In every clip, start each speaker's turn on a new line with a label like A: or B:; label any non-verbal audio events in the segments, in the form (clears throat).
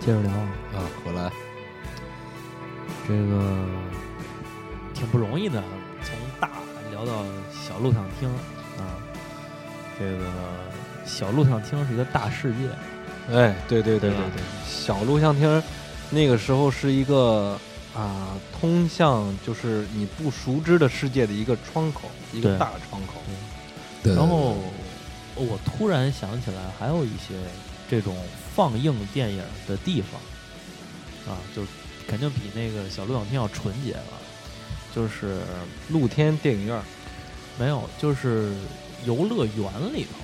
A: 接着聊啊，
B: 啊，回来
A: 这个挺不容易的，啊从大聊到小录像厅啊，这个小录像厅是一个大世界，
B: 哎，对对
A: 对
B: 对
A: 吧
B: 对，小录像厅儿那个时候是一个啊，通向就是你不熟知的世界的一个窗口，一个
A: 对
B: 大窗口。
C: 对
A: 然后我突然想起来，还有一些这种放映电影的地方啊，就肯定比那个小录像厅要纯洁了。就是
B: 露天电影院儿，
A: 没有，就是游乐园里头，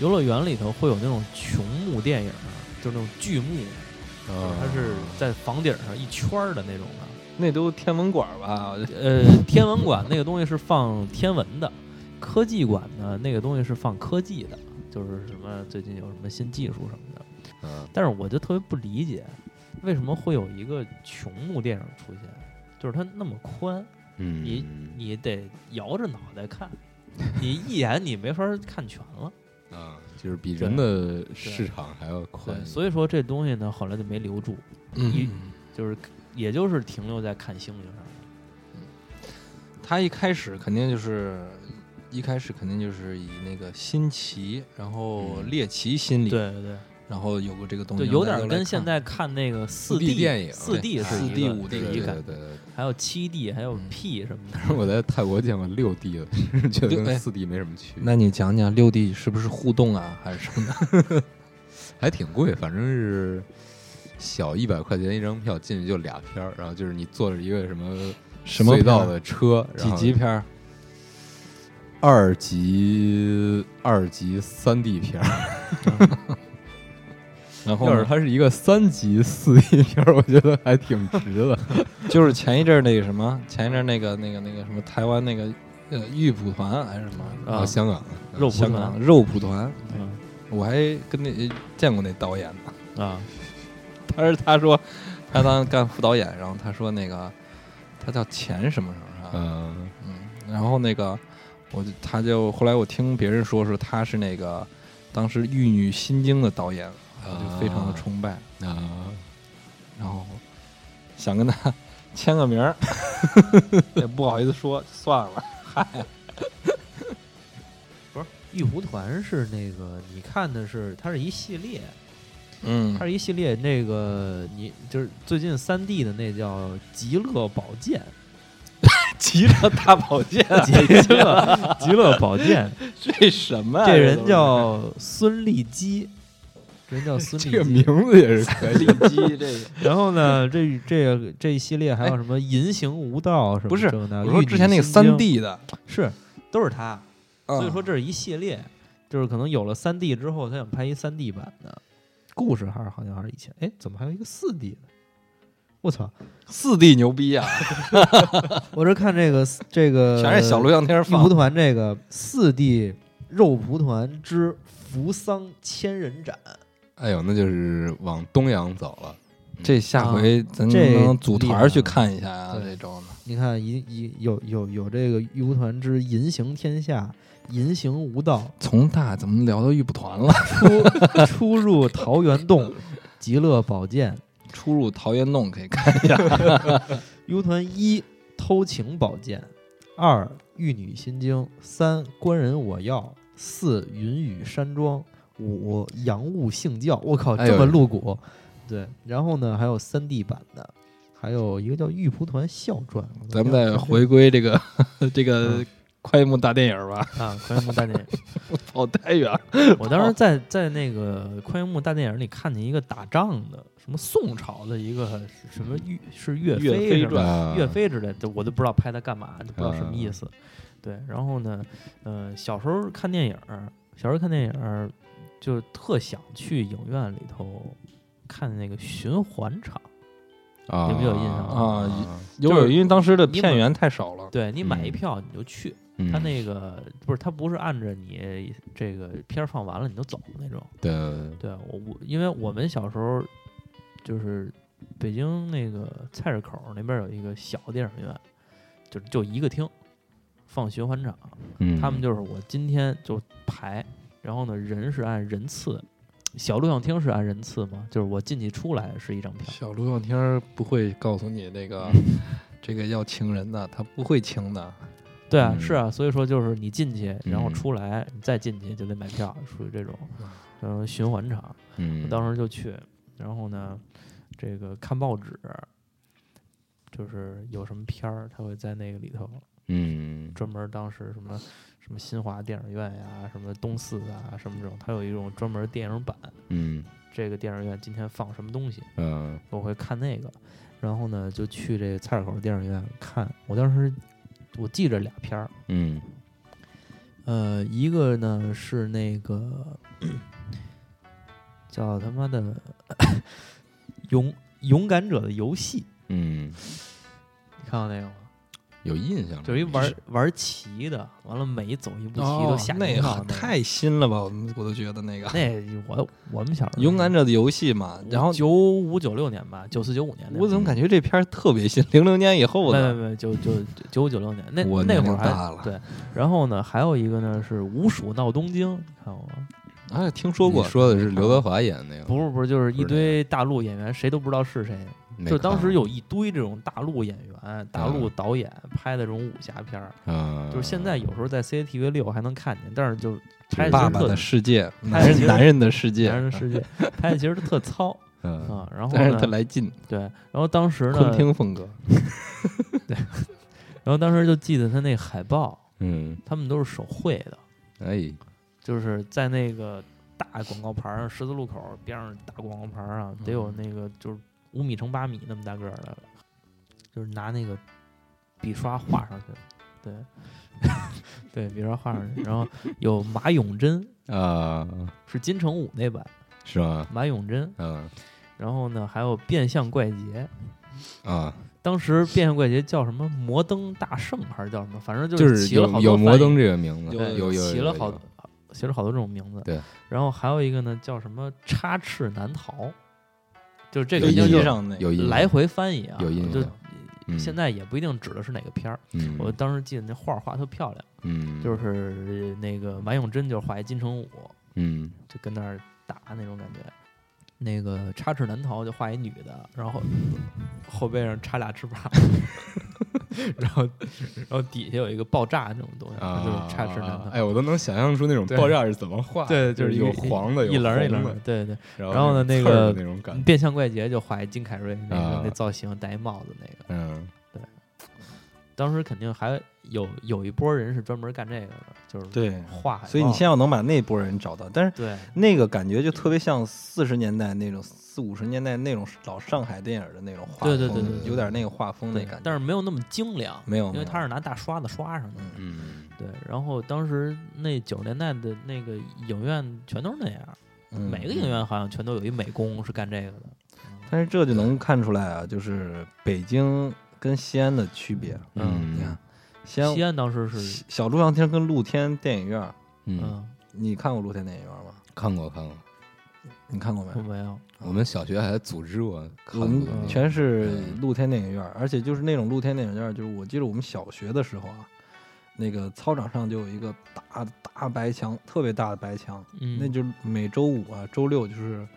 A: 游乐园里头会有那种穹幕电影，就是那种巨幕，它是在房顶上一圈儿的那种的。
B: 那都天文馆儿吧？我觉得
A: 呃，天文馆那个东西是放天文的，科技馆呢那个东西是放科技的，就是什么最近有什么新技术什么的。
C: 嗯
A: 但是我就特别不理解，为什么会有一个穹幕电影出现？就是它那么宽，
C: 嗯
A: 你你得摇着脑袋看，你一眼你没法儿看全了。
C: 啊，就是比人的市场还要快
A: 对，，所以说这东西呢后来就没留住，
B: 嗯
A: 一，就是也就是停留在看星星上。
B: 他一开始肯定就是。一开始肯定就是以那个新奇，然后
C: 嗯
B: 猎奇心理，
A: 对对对。
B: 然后有过这个东西，
A: 对，
B: 然后
A: 有
B: 大家
A: 点儿
B: 都来
A: 跟现
B: 看
A: 在看那个四
C: 4D 电影
A: 四 D
C: 对
A: 是一
B: 4D
A: 个
B: 5D
A: 是
C: 对
A: 一
C: 对
A: 感觉，
C: 对对对。 (laughs)
A: 还有七 D，还有
B: 嗯
A: P 什么的。
C: 我在泰国见过六 D (laughs) 的，是觉得
B: 对哎
C: 跟四 D 没什么区别，
B: 那你讲讲六 D 是不是互动啊，还是什么的？
C: 还挺贵，反正是小一百块钱一张票，进去就俩片儿，然后就是你坐着一个什么
B: 什么
C: 隧道
B: 片儿
C: 的车，
B: 几级？片儿？
C: 二级二级三 D 片儿，
B: 然后
C: 要是
B: 呢
C: 它是一个三级四 D 片儿，我觉得还挺值的。
B: 就是前一阵儿那个什么，前一阵儿那个那个那个什么台湾那个呃玉蒲团还是什么
A: 啊
C: 啊，香港的
A: 肉蒲
B: 香
A: 团
B: 港肉蒲团，
A: 嗯
B: 我还跟那见过那导演呢。 (laughs)
A: 啊，
B: 他是他说他当干副导演，然后他说那个他叫钱什么什么是吧
C: 嗯
B: 嗯，然后那个我就他就后来我听别人说说他是那个当时《玉女心经》的导演，我就非常的崇拜。
C: 啊，
B: 然后想跟他签个名儿， (laughs) 也不好意思说，算了。
A: 玉蒲团是那个你看的是，它是一系列，
B: 嗯
A: 它是一系列。那个你就是最近三 D 的那叫《极乐宝剑
B: 急着大保健，》，
A: 极乐极乐宝剑，
B: (laughs) 这什 (laughs) 么呀？
A: 这
B: 都
A: 人
B: 是
A: 叫孙立基，这人叫孙
B: (laughs)
C: 这个
A: 立
C: 名
A: 基。
C: 字也是可
B: 立
C: 以。
B: 基，这 (laughs) 个。
A: 然后呢，这这个这一系列还有什么银行无道什么
B: 不是
A: 这个那
B: 我
A: 个
B: 说
A: 玉
B: 之前
A: 女
B: 那个
A: 心
B: 三
A: 经
B: D 的，
A: 是都是他。所以说
B: 嗯
A: 这是一系列，就是可能有了三 D 之后，他想拍一三 D 版的故事，还是好像还是以前，哎，怎么还有一个四 D 的？我操！
B: 四 D 牛逼啊，
A: 我这看这个这个
B: (laughs) 全是小录像厅
A: 玉蒲
B: 放。
A: 团这个四 D 肉蒲团之扶桑千人展，
C: 哎呦，那就是往东洋走了。
B: 啊这下回咱能
A: 这
B: 不能组团儿去
A: 厉害了
B: 看一下啊？
A: 对
B: 这种的，
A: 你看银银有有有这个玉蒲团之银行天下，银行无道，
B: 从大怎么聊到玉蒲团了？
A: 出 (laughs) 出入桃源洞，极乐宝剑，
B: (laughs) 出入桃源洞可以看一下。
A: U 团一偷情宝剑，二玉女心经，三官人我要，四云雨山庄，五洋务性教。我靠，
C: 哎呦
A: 这么露骨。对，然后呢，还有三 D 版的，还有一个叫《玉蒲团笑传》。
B: (laughs) 咱们再回归这 (laughs) 个这个
A: 嗯
B: 快幕大电影吧，
A: 啊，宽银幕大电影。
B: 跑太远了。
A: (laughs) 我当时在在那个宽银幕大电影里看见一个打仗的，什么宋朝的一个什么岳是岳
B: 岳
A: 飞
B: 飞
A: 是吧
B: 传嗯
C: 啊
A: 岳飞之类的，我都不知道拍它干嘛，都不知道什么意思。对，然后呢，呃，小时候看电影儿，小时候看电影儿，就特想去影院里头看那个循环场。
C: 啊，
A: 有没有印象
B: 啊？有有，因为当时的片源太少了。
A: 对你买一
C: 嗯
A: 票你就去，
C: 嗯
A: 它那个不是它不是按着你这个片儿放完了你就走那种。
C: 对
A: 对我我因为我
C: 嗯
A: 们小时候就是北京那个菜市口那边有一个小电影院，就就一个厅放循环场。
C: 嗯
A: 他们就是我今天就排，然后呢人是按人次小录像厅是按人次吗？就是我进去出来是一张票，
B: 小录像厅儿不会告诉你那个这个要请人的，他不会请的。
A: 对啊，
C: 嗯
A: 是啊，所以说就是你进去，然后
C: 嗯
A: 出来，你再进去就得买票，属于这种，嗯，循环场。
C: 嗯，
A: 当时就去，然后呢，这个看报纸，就是有什么片儿，他会在那个里头
C: 嗯
A: 专门当时什么什么新华电影院呀，什么东四啊，什么这种，它有一种专门电影版，
C: 嗯
A: 这个电影院今天放什么东西，
C: 嗯
A: 我会看那个。然后呢，就去这个菜市口电影院看。我当时我记着俩片儿，
C: 嗯
A: 呃，一个呢是那个叫他妈的勇勇敢者的游戏，
C: 嗯，
A: 你看过那个吗？
C: 有印象，
A: 就是一玩玩棋的，完了每走一步棋
B: 哦
A: 都吓
B: 那
A: 一跳
B: 个
A: 那个。
B: 太新了吧，我们我都觉得那个
A: 那我我们小时候
B: 勇敢者的游戏嘛。然后
A: 九五九六年吧，九四九五年那会
B: 我
A: 儿。
B: 怎么感觉这片儿特别新，零零年以后
A: 没没
B: 的。
A: 没，就就九五九六年那
B: 我
A: 那
B: 年
A: 会儿
B: 龄
A: 还
B: 大了
A: 对，然后呢，还有一个呢是《五鼠闹东京》，你看过吗？
B: 啊，听说过
C: 你，说的是刘德华演的那个，
A: 啊不是不是，就是一
C: 不是那
A: 堆大陆演员，谁都不知道是谁，
C: 没
A: 就当
C: 看
A: 时有一堆这种大陆演员、大陆
B: 嗯
A: 导演拍的这种武侠片儿，
C: 过，嗯，
A: 就是现在有时候在 CCTV 六还能看见，但是就拍的
B: 爸
A: 其
B: 爸
A: 实
B: 的
A: 特
B: 世界，
A: 拍
B: 男
A: 的其
B: 人
A: 实
B: 男人的世界，
A: 男人的世
B: (laughs)
A: 界，拍的其实特糙
C: 嗯
A: 啊。然后
B: 但是
A: 呢，
B: 他来劲，
A: 对，然后当时呢，
B: 昆汀风格。
A: 然后当时就记得他那海报，
C: 嗯，
A: 他们都是手绘的，
C: 哎，
A: 就是在那个大广告牌儿上，十字路口儿边上大广告牌儿上，得有
C: 嗯
A: 那个就是五米乘八米那么大个儿的，就是拿那个笔刷画上去，对， (laughs) 对，笔刷画上去。然后有马永贞，
C: 啊，
A: 是金城武那版
C: 是吗？
A: 马永贞，
C: 嗯
A: 然后呢还有变相怪杰。
C: 啊，
A: 当时变相怪杰叫什么？摩登大圣还是叫什么？反正就
C: 就是
A: 起了
C: 有
A: 好多
C: 有摩
A: 翻译
C: 登这个名字，
A: 对，
C: 有有
A: 起
C: 有
A: 了
C: 有
A: 好多起了好多这种名字。
C: 对，
A: 然后还有一个呢叫什么“插翅难逃”，就是这个
B: 这个
C: 有
A: 应该
C: 印
B: 印
A: 就
B: 象那个
C: 有印象
A: 来，回翻译啊，
C: 有印
A: 就
C: 象嗯
A: 现在也不一定指的是哪个片儿。
C: 嗯
A: 我当时记得那画儿画特漂亮，
C: 嗯
A: 就是呃那个马永贞就是画一金城武，
C: 嗯
A: 就跟那儿打那种感觉。那个插翅难逃就画一女的，然后后背上插俩翅膀， (laughs) 然后然后底下有一个爆炸那种东西，
C: 啊，
A: 就是插翅难逃。
C: 哎，我都能想象出那种
A: 对
C: 爆炸是怎么画的，
A: 对，就是是
C: 有
A: 一个
C: 黄的，有
A: 一棱儿一棱
C: 红
A: 儿
C: 的，，
A: 对对。
C: 然
A: 然后呢
C: 那
A: 那
C: 刺儿的
A: 个
C: 那种感觉，
A: 变相怪杰就画一金凯瑞那个
C: 啊
A: 那造型，戴一帽子那个。
C: 嗯
A: 当时肯定还有有一波人是专门干这个的，就是
B: 对，
A: 画海报。
B: 所以你先要能把那波人找到，但是
A: 对
B: 那个感觉就特别像四十年代那种四五十年代那种老上海电影的那种画风，
A: 对对对
C: 对对
B: 有点那个画风那
A: 对
B: 感觉，，
A: 但是没有那么精良，
B: 没有，
A: 因为
B: 没有
A: 他是拿大刷子刷上的。
C: 嗯
A: 对，然后当时那九十年代的那个影院全都是那样，
B: 嗯
A: 每个影院好像全都有一美工是干这个的。
B: 但是这就能看出来啊，就是北京跟西安的区别。
A: 嗯
B: 你看，西安
A: 西安当时是，
B: 小录像厅跟露天电影院，
C: 嗯，
A: 嗯，
B: 你看过露天电影院吗？
C: 看过看过，
B: 你看过没
A: 我？没有，
C: 我们小学还组织过看
B: 我
C: 过
B: 们
A: 嗯
C: 那个，
B: 嗯全是露天电影院，而且就是那种露天电影院，就是我记得我们小学的时候啊，那个操场上就有一个大大白墙，特别大的白墙，
A: 嗯，
B: 那就是每周五啊、周六就是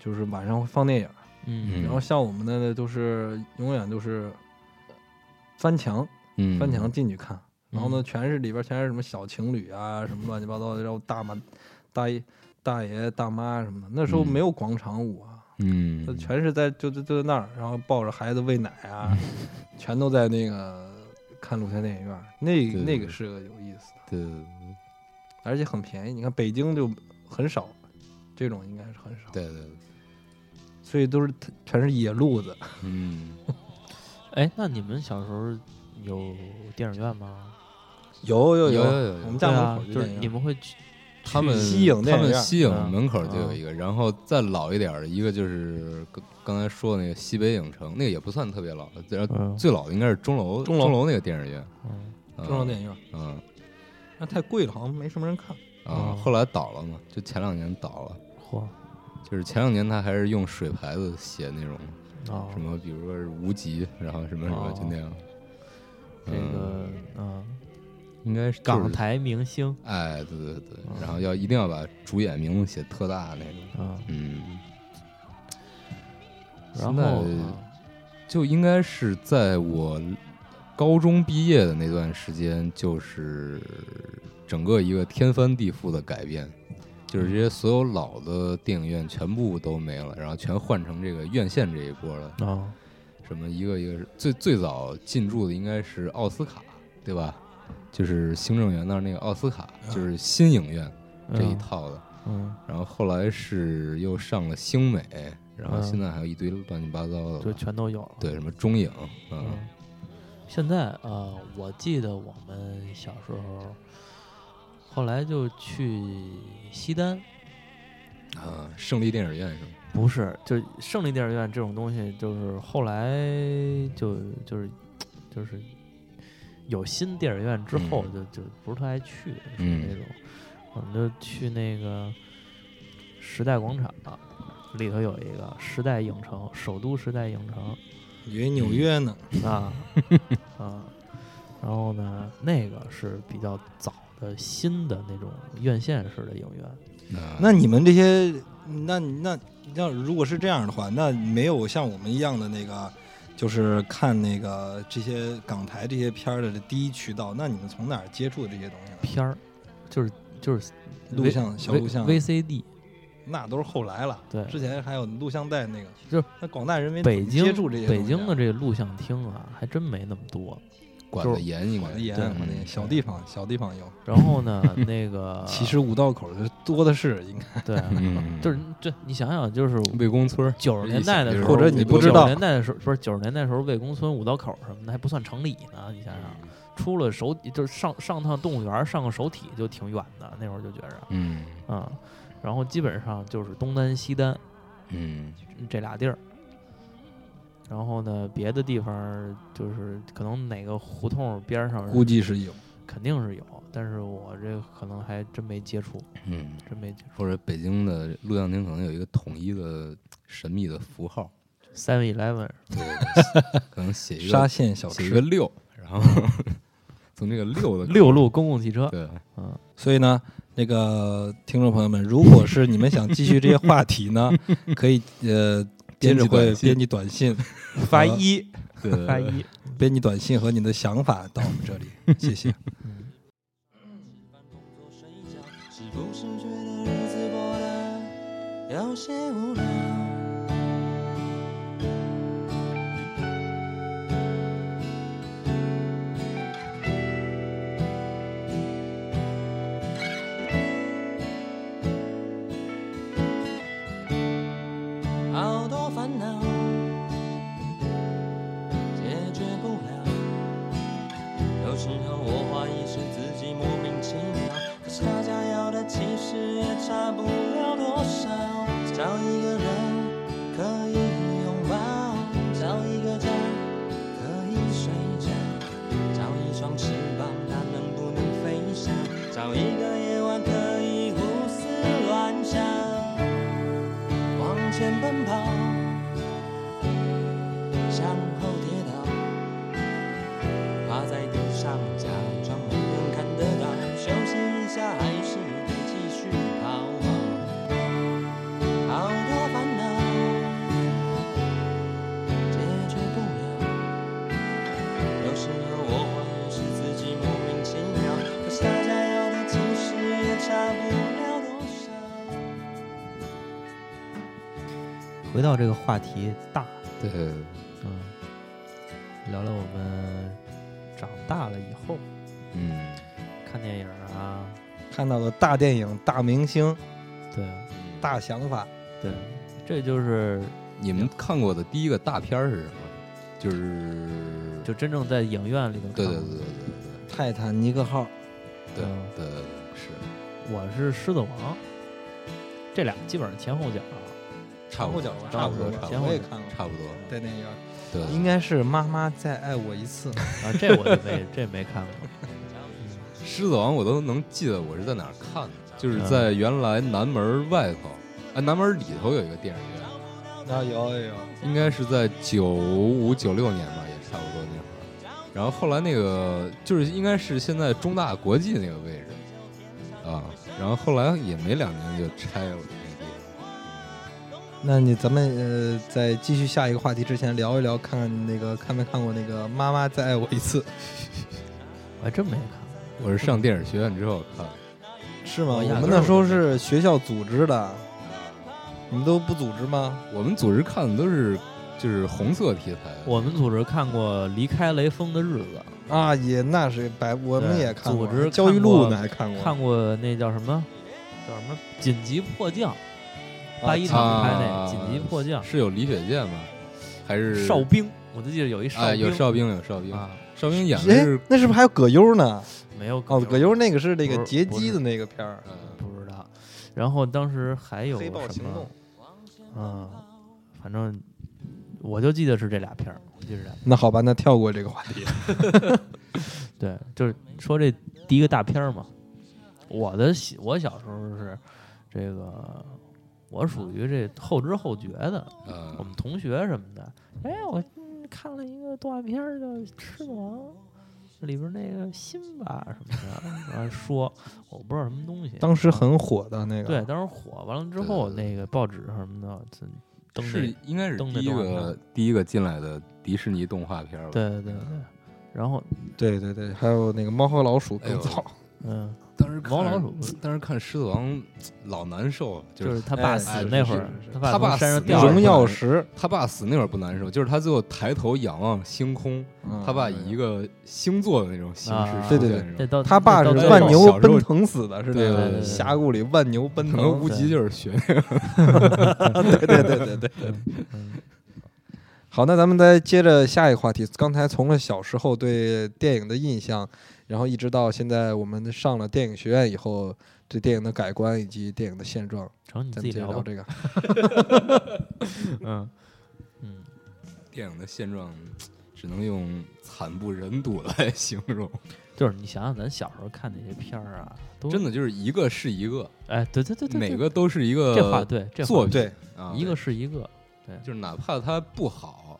B: 就是晚上会放电影，
A: 嗯
B: 然后像我们的都是永远都是翻墙
C: 嗯
B: 翻墙进去看，然后呢
A: 嗯
B: 全是里边全是什么小情侣啊，什么乱七八糟的，然后大妈大爷大爷大妈什么的，那时候
C: 嗯
B: 没有广场舞啊。
C: 嗯嗯
B: 他全是在就就就在那儿，然后抱着孩子喂奶啊， (laughs) 全都在那个看露天电影院儿，那
C: 对
B: 那个是个有意思的，
C: 对
B: 而且很便宜。你看北京就很少，这种应该是很少，
C: 对对，
B: 所以都是全是野路子。
C: 嗯，
A: 哎，那你们小时候有电影院吗？
B: 有有
C: 有有有
B: 我们
A: 对
B: 家
A: 啊
B: 门口，
A: 就是你们会去
C: 他们
B: 西影
C: 他
B: 电影
C: 们
B: 院
C: 西影
A: 嗯
C: 门口就有一个，然后再老一点儿的一个就是刚刚才说的那个西北影城，那个也不算特别老了，然后
A: 嗯
C: 最老的应该是钟楼
B: 钟
C: 钟
B: 楼
C: 楼那个电影院，
A: 嗯
C: 嗯
B: 中央电影院，
C: 嗯
B: 那太贵了，好像没什么人看。
C: 啊，
A: 哦
C: 后来倒了嘛，就前两年倒了，
A: 嚯啊
C: 就是前两年他还是用水牌子写那种
A: 哦
C: 什，么，比如哦说是无极，然后什么什么
A: 哦
C: 就那样，
A: 这个嗯，
C: 应该是就是
A: 港台明星
C: 哎，对对对
A: 嗯，
C: 然后要一定要把主演名字写特大那种，
A: 啊，
C: 嗯，
A: 然
C: 现在
A: 后
C: 就应该是在我高中毕业的那段时间，就是整个一个天翻地覆的改变，就是这些所有老的电影院全部都没了，然后全换成这个院线这一波了。
A: 啊
C: 什么一个一个是最最早进驻的应该是奥斯卡，对吧？就是行政园那儿那个奥斯卡，就是新影院这一
A: 嗯
C: 套的。
A: 嗯，
C: 然后后来是又上了星美，然后
A: 嗯
C: 现在还有一堆乱七八糟的吧，
A: 就全都有了。
C: 对什么中影，嗯
A: 嗯，现在呃，我记得我们小时候，后来就去西单，
C: 啊，胜利电影院是吗？
A: 不是，就胜利电影院这种东西，就是后来就就是就是有新电影院之后
C: 嗯
A: 就，就不是特爱去是
C: 嗯
A: 那种，我们就去那个时代广场里头有一个时代影城，首都时代影城，
B: 以为纽约呢，
A: 啊
C: (laughs)
A: 啊，然后呢，那个是比较早的新的那种院线式的影院，
C: 呃
B: 那你们这些，那那要如果是这样的话，那没有像我们一样的那个，就是看那个这些港台这些片儿的第一渠道，那你们从哪儿接触这些东西呢？
A: 片儿，就是就是
B: 录
A: 微
B: 像小
A: 微
B: 录像
A: VCD，
B: 那都是后来了，
A: 对，
B: 之前还有录像带那个，
A: 就是
B: 那广大人民
A: 北
B: 怎么
A: 京
B: 接触这些啊
A: 北京的这
B: 这
A: 录像厅啊，还真没那么多。
C: 管得严应该
B: 管得严，
A: 对
B: 管得
C: 嗯
B: 严，啊小地方小地方有，
A: 然后
B: (laughs)
A: 呢，那个
B: 其实五道口的多的是，应该
A: 对，
C: 嗯，
A: 就是这你想想，就是
C: 魏公村儿，
A: 九十年代的时候，
B: 或者你不知
A: 九
B: 道
A: 十年代的时候不是九十年代的时候，魏公村、五道口什么的还不算城里呢，你想
B: 嗯
A: 想。出了首就是上上趟动物园上个首体就挺远的，那会儿就觉着，
C: 嗯
A: 啊、然后基本上就是东单、西单
C: 嗯
A: 这俩地儿。然后呢，别的地方儿就是可能哪个胡同边儿
C: 嗯
A: 上
B: 估计是有。
A: 肯定是有，但是我这可能还真没接触，
C: 嗯，
A: 真没接触。
C: 或者北京的录像厅可能有一个统一的神秘的符号，
A: Seven Eleven
C: 对，可能写一
B: 沙
C: 个
B: 县小
C: 写一
B: 吃
C: 个，六，然后 (laughs) 从这个六
A: (laughs)
C: 的
A: 六路公共汽车，
C: 对，
A: 嗯，
B: 所以呢，那个听众朋友们，如果是你们想继续这些话题
C: (laughs)
B: 呢，可以呃，编
C: 编辑
B: 辑会
C: 短信
B: 编辑短信
A: (laughs) 发
B: 和
A: 一
C: 对
A: 发一，
B: 编辑短信和你的想法到我们这里，
C: (laughs)
B: 谢谢。
A: 嗯，
D: 是不是觉得日子过得有些无聊？好多烦恼解决不了。有时候我怀疑是自己莫名其妙，可是大家要的其实也差不了多少。找一个人可以拥抱，找一个家可以睡着，找一双翅膀它能不能飞翔，找一个夜晚可以胡思乱想，往前奔跑，向后跌倒。趴在地上，假装没人看得到，休息一下，还是得继续跑。好多烦恼解决不了，有时候我怀疑是自己莫名其妙，可是大家要的其实也差不了多少。
A: 回到这个话题大，
C: 对，
A: 嗯，聊聊我们长大了以后
C: 嗯，
A: 看电影儿啊，
B: 看到了大电影、大明星、
A: 对
B: 大想法，
A: 对，这就是
C: 你们看过的第一个大片儿是什么？就是
A: 就真正在影院里头看。
C: 对对对对
B: 《泰坦尼克号》
C: 对对
A: 嗯
C: 对对对是
A: 我是狮子王，这俩基本上前后脚。啊
C: 差不
B: 后
C: 多
B: 脚
C: 差
B: 差
C: 不
B: 不
C: 多
B: 多
C: 差不
A: 多
B: 我也看过，
C: 差不多，
B: 在那边
C: 对，
B: 应该是《妈妈再爱我一
C: (laughs)
B: 次》，
A: 啊，这我就没这没看过。
C: 狮子王我都能记得我是在哪儿看的，就是
A: 嗯
C: 在原来南门外头，啊南门里头有一个电影院，
B: 啊有有有，
C: 应该是在九五九六年吧，也差不多那会儿。然后后来那个就是应该是现在中大国际那个位置啊，然后后来也没两年就拆了那地方。
B: 那你咱们呃，在继续下一个话题之前，聊一聊看看那个看没看过那个《妈妈再爱我一次》
A: 我还真没看，
C: 我是上电影学院之后看的，
B: 是吗？
A: 我
B: 我
A: 压根儿
B: 们那时候是学校组织的，你们都不组织吗？
C: 我们组织看的都是就是红色题材的，
A: 我们组织看过《离开雷锋的日子
B: 啊，也那是白，我们
A: 对
B: 也看过
A: 组织
B: 焦裕禄呢，还看》，过，哎
A: 看过那叫什么叫什么《紧急迫降》，八一
B: 啊
A: 厂拍那
C: 啊
A: 《紧急迫降》
C: 是有李雪健吗？还是
A: 哨兵，我就记得有一哨
C: 哎，有
A: 兵
C: 哨兵有哨兵，
A: 啊，
C: 哨兵演的
B: 哎
C: 是，
B: 那是不是还有葛优呢？
A: 没有
B: 哦，葛优
A: 那
B: 那个是那个
A: 不是
B: 劫
A: 不
B: 机
A: 是
B: 的那个片儿，
C: 呃
A: 不知道。然后当时还有
B: 黑豹
A: 什
B: 行
A: 么
B: 动？
A: 嗯，反正我就记得是这俩片儿，我记得是俩片
B: 那好吧，那跳过这个话题。
A: 儿。对，就是说这第一个大片儿嘛。我的喜我小时候是这个，我属于这后知后觉的。
C: 呃
B: 嗯
A: 我们同学什么的，哎，我嗯看了一个动画片儿叫《狮子王》，里边那个辛巴什么的，然后说我不知道什么东西。
B: 当时很火的那个，
A: 对，，当时火完了之后，
C: 对对对
A: 那个报纸什么的就登那
C: 是应该是
A: 登
C: 第
A: 那
C: 一
A: 动画片
C: 个第一个进来的迪士尼动画片儿吧？
A: 对对对对，然后
B: 对对对，还有那个猫和老鼠
C: 哎
B: 更
C: 呦
B: 早，
A: 嗯，
C: 当时看
A: 王老鼠
C: 当时看《狮子王》老难受了，
A: 就是是他
B: 哎
A: 爸死
B: 哎
A: 那
B: 是
A: 会儿
B: 是是，
A: 爸
C: 他
A: 从
C: 爸
A: 山上
C: 死
A: 掉下
C: 那会
A: 来
C: 儿
B: 荣耀石，
C: 他爸死那会儿不难受，就是他最后抬头仰望星空，
B: 嗯
C: 他爸以一
B: 个
C: 个星座的那种形式
A: 啊
C: 出
B: 对对
C: 现
A: 这
C: 这种
A: 到
B: 他爸
A: 这
B: 是
A: 到
B: 万
C: 哎
A: 最后
C: 小时
B: 牛
C: 候
B: 奔腾死的，是
C: 对
A: 对
B: 那
A: 对
B: 个
A: 对
B: 峡谷里万牛奔
C: 可能
A: (laughs)
B: 腾，
C: 无极就是学
B: 对对对
A: (laughs)
B: 对对。
A: 嗯
B: 好，那咱们再接着下一个话题。刚才从了小时候对电影的印象，然后一直到现在我们上了电影学院以后对电影的改观以及电影的现状，
A: 成你
B: 咱
A: 自
B: 们
A: 己
B: 接着
A: 聊
B: 聊
A: 吧，
B: 这个。
A: 嗯嗯，
C: 电影的现状，只能用惨不忍睹来形容。
A: 就是你想想咱小时候看那些片儿啊，都
C: 真的就是一个是一个，
A: 哎，对对对对，
C: 每
A: 对
C: 个都是一个
A: 这话对，这话
C: 作品
B: 呃对，
C: 啊，
A: 一个是一个，
C: 就是哪怕它不好，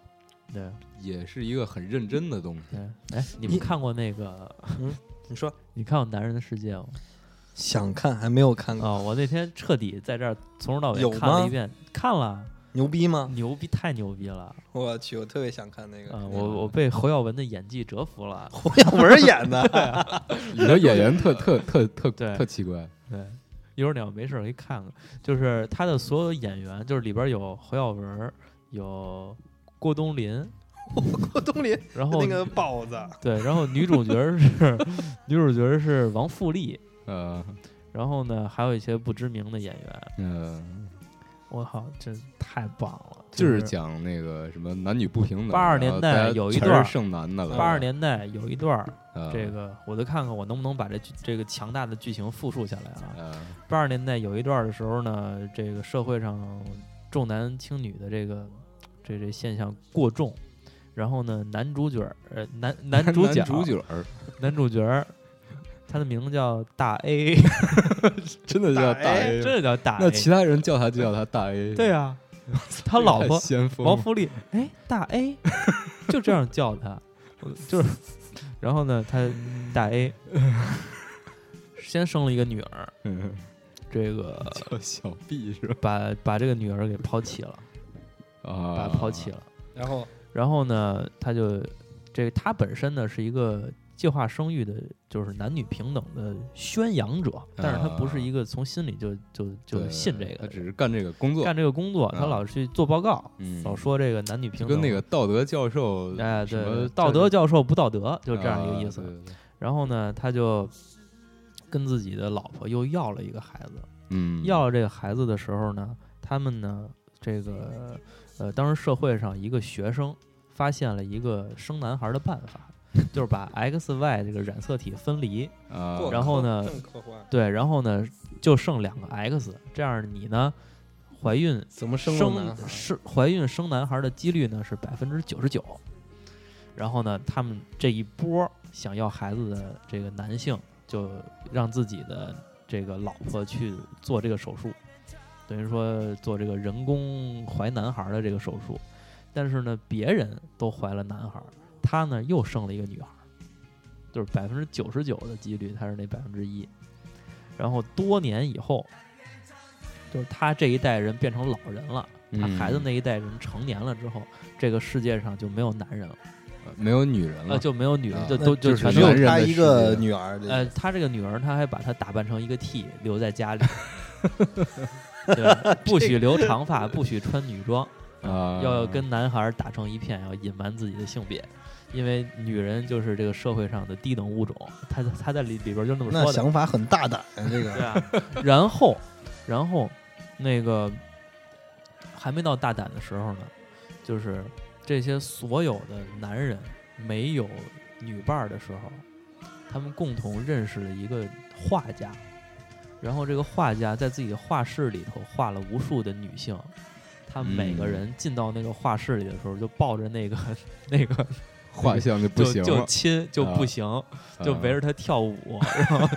A: 对
C: 也是一个很认真的东西。
A: 对，哎，你们
B: 一
A: 看过那个？
B: 你说
A: (laughs) 你看过《男人的世界》吗？
B: 想看还没有看过，
A: 啊，我那天彻底在这儿从头到
B: 有
A: 尾看了
B: 吗啊
A: 一遍，看了，
B: 牛逼吗？
A: 牛逼，太牛逼了！
B: 我去，我特别想看那个。
A: 啊，我
B: (laughs)
A: 我被侯耀文的演技折服了。
B: 侯耀文演的，
C: (laughs) 里头演员特
A: (laughs)
C: 特特特
A: 对
C: 特奇怪，
A: 对，一会儿你要没事儿可以看看，就是他的所有演员，就是里边儿有侯耀文儿，有郭冬临，
B: 郭冬临
A: 然后
B: 那个豹子，
A: 对，然后女主角儿是 (laughs) 女主角儿是王富丽，
C: 呃
A: 然后呢还有一些不知名的演员。
C: 呃，
A: 我靠，真太棒了！
C: 就是讲那个什么男女不平等，
A: 82年代
C: 然后大家
A: 有一
C: 全
A: 段
C: 是剩男的了，
A: 八十年代有一段儿，
C: 呃
A: 这个我就看看我能不能把这剧这个强大的剧情复述下来啊。
C: 呃
A: 八十年代有一段的时候呢，这个社会上重男轻女的这个这这现象过重，然后呢，男主角儿呃男男主角
C: 男主角
A: (laughs)
C: 儿
A: 男主角儿，他的名字叫大 A，
C: 真的叫
B: 大
C: 大
B: A
C: A，
A: 真的叫大 A。
C: 哎那其他人叫他就叫他大
A: (laughs)
C: A，
A: 对
C: (laughs)
A: 啊，他老婆
C: 先锋
A: 王福利， (laughs) 哎，大
C: (laughs)
A: A，就这样叫他，我就是，然后呢，他
C: 嗯
A: 大
C: (laughs)
A: A 先生了一个女儿，
C: 嗯
A: 这个
C: (laughs) 叫小 B 是吧？
A: 把把这个女儿给抛弃了，把她
C: 啊，
A: 抛弃了。
B: 然后
A: 然后呢，他就这他本身呢是一个计划生育的，就是男女平等的宣扬者，但是他不是一个从心里就就就
C: 啊对
A: 信这
C: 他
A: 个
C: 只是干这个工作，
A: 干这个工作，他
C: 啊
A: 老去做报告，
C: 嗯
A: 老说这个男女平
C: 就
A: 等，
C: 跟那个道德教授
A: 哎
C: 什
A: 对
C: 么啊
A: 对道德啊教授不道德，就
C: 就
A: 这样一个意思。然后呢，他就跟自己的老婆又要了一个孩子。
C: 嗯，
A: 要了这个孩子的时候呢，他们呢，这个呃，当时社会上一个学生发现了一个生男孩的办法，就是 (laughs) 把 X、Y 这个染色体分离，
C: 啊，
A: 然后呢
B: 更科幻，
A: 对，然后呢就剩两个 X，这样你呢怀孕
B: 怎么生了
A: 生
B: 男孩？
A: 是怀孕生男孩的几率呢是百分之九十九，然后呢，他们这一波想要孩子的这个男性就让自己的这个老婆去做这个手术，等于说做这个人工怀男孩的这个手术，但是呢，别人都怀了男孩，他呢又生了一个女孩儿，就是百分之九十九的几率他是那百分之一。然后多年以后，就是他这一代人变成老人了，他孩
C: 嗯
A: 子那一代人成年了之后，这个世界上就没有男人了，
C: 嗯没有女人了，
A: 呃，就没有女人，
C: 啊
A: 就
B: 嗯那
A: 都
C: 就是
A: 全
B: 只
A: 都
C: 男
B: 有
C: 人
B: 他
C: 的
B: 一
C: 世
B: 个
C: 界
B: 女儿的，
A: 呃，他这个女儿，他还把她打扮成一个 T，留在家
B: (laughs)
A: 里，对，不许留长发，不许穿女装，呃
C: 啊，
A: 要跟男孩打成一片，要隐瞒自己的性别，因为女人就是这个社会上的低等物种，他他在里里边就那么
B: 那
A: 说的，
B: 想法很大胆，这
A: 对
B: 个
A: 啊。 (laughs) 然后，然后那个还没到大胆的时候呢，就是这些所有的男人没有女伴儿的时候，他们共同认识了一个画家，然后这个画家在自己的画室里头画了无数的女性。他们每个
C: 嗯
A: 人进到那个画室里的时候，就抱着那个 (laughs) 那个
C: 画像就
A: 就
C: 不行了，
A: 就亲就不
C: 啊
A: 行，就
C: 啊
A: 围着他跳
C: (laughs)
A: 舞，然后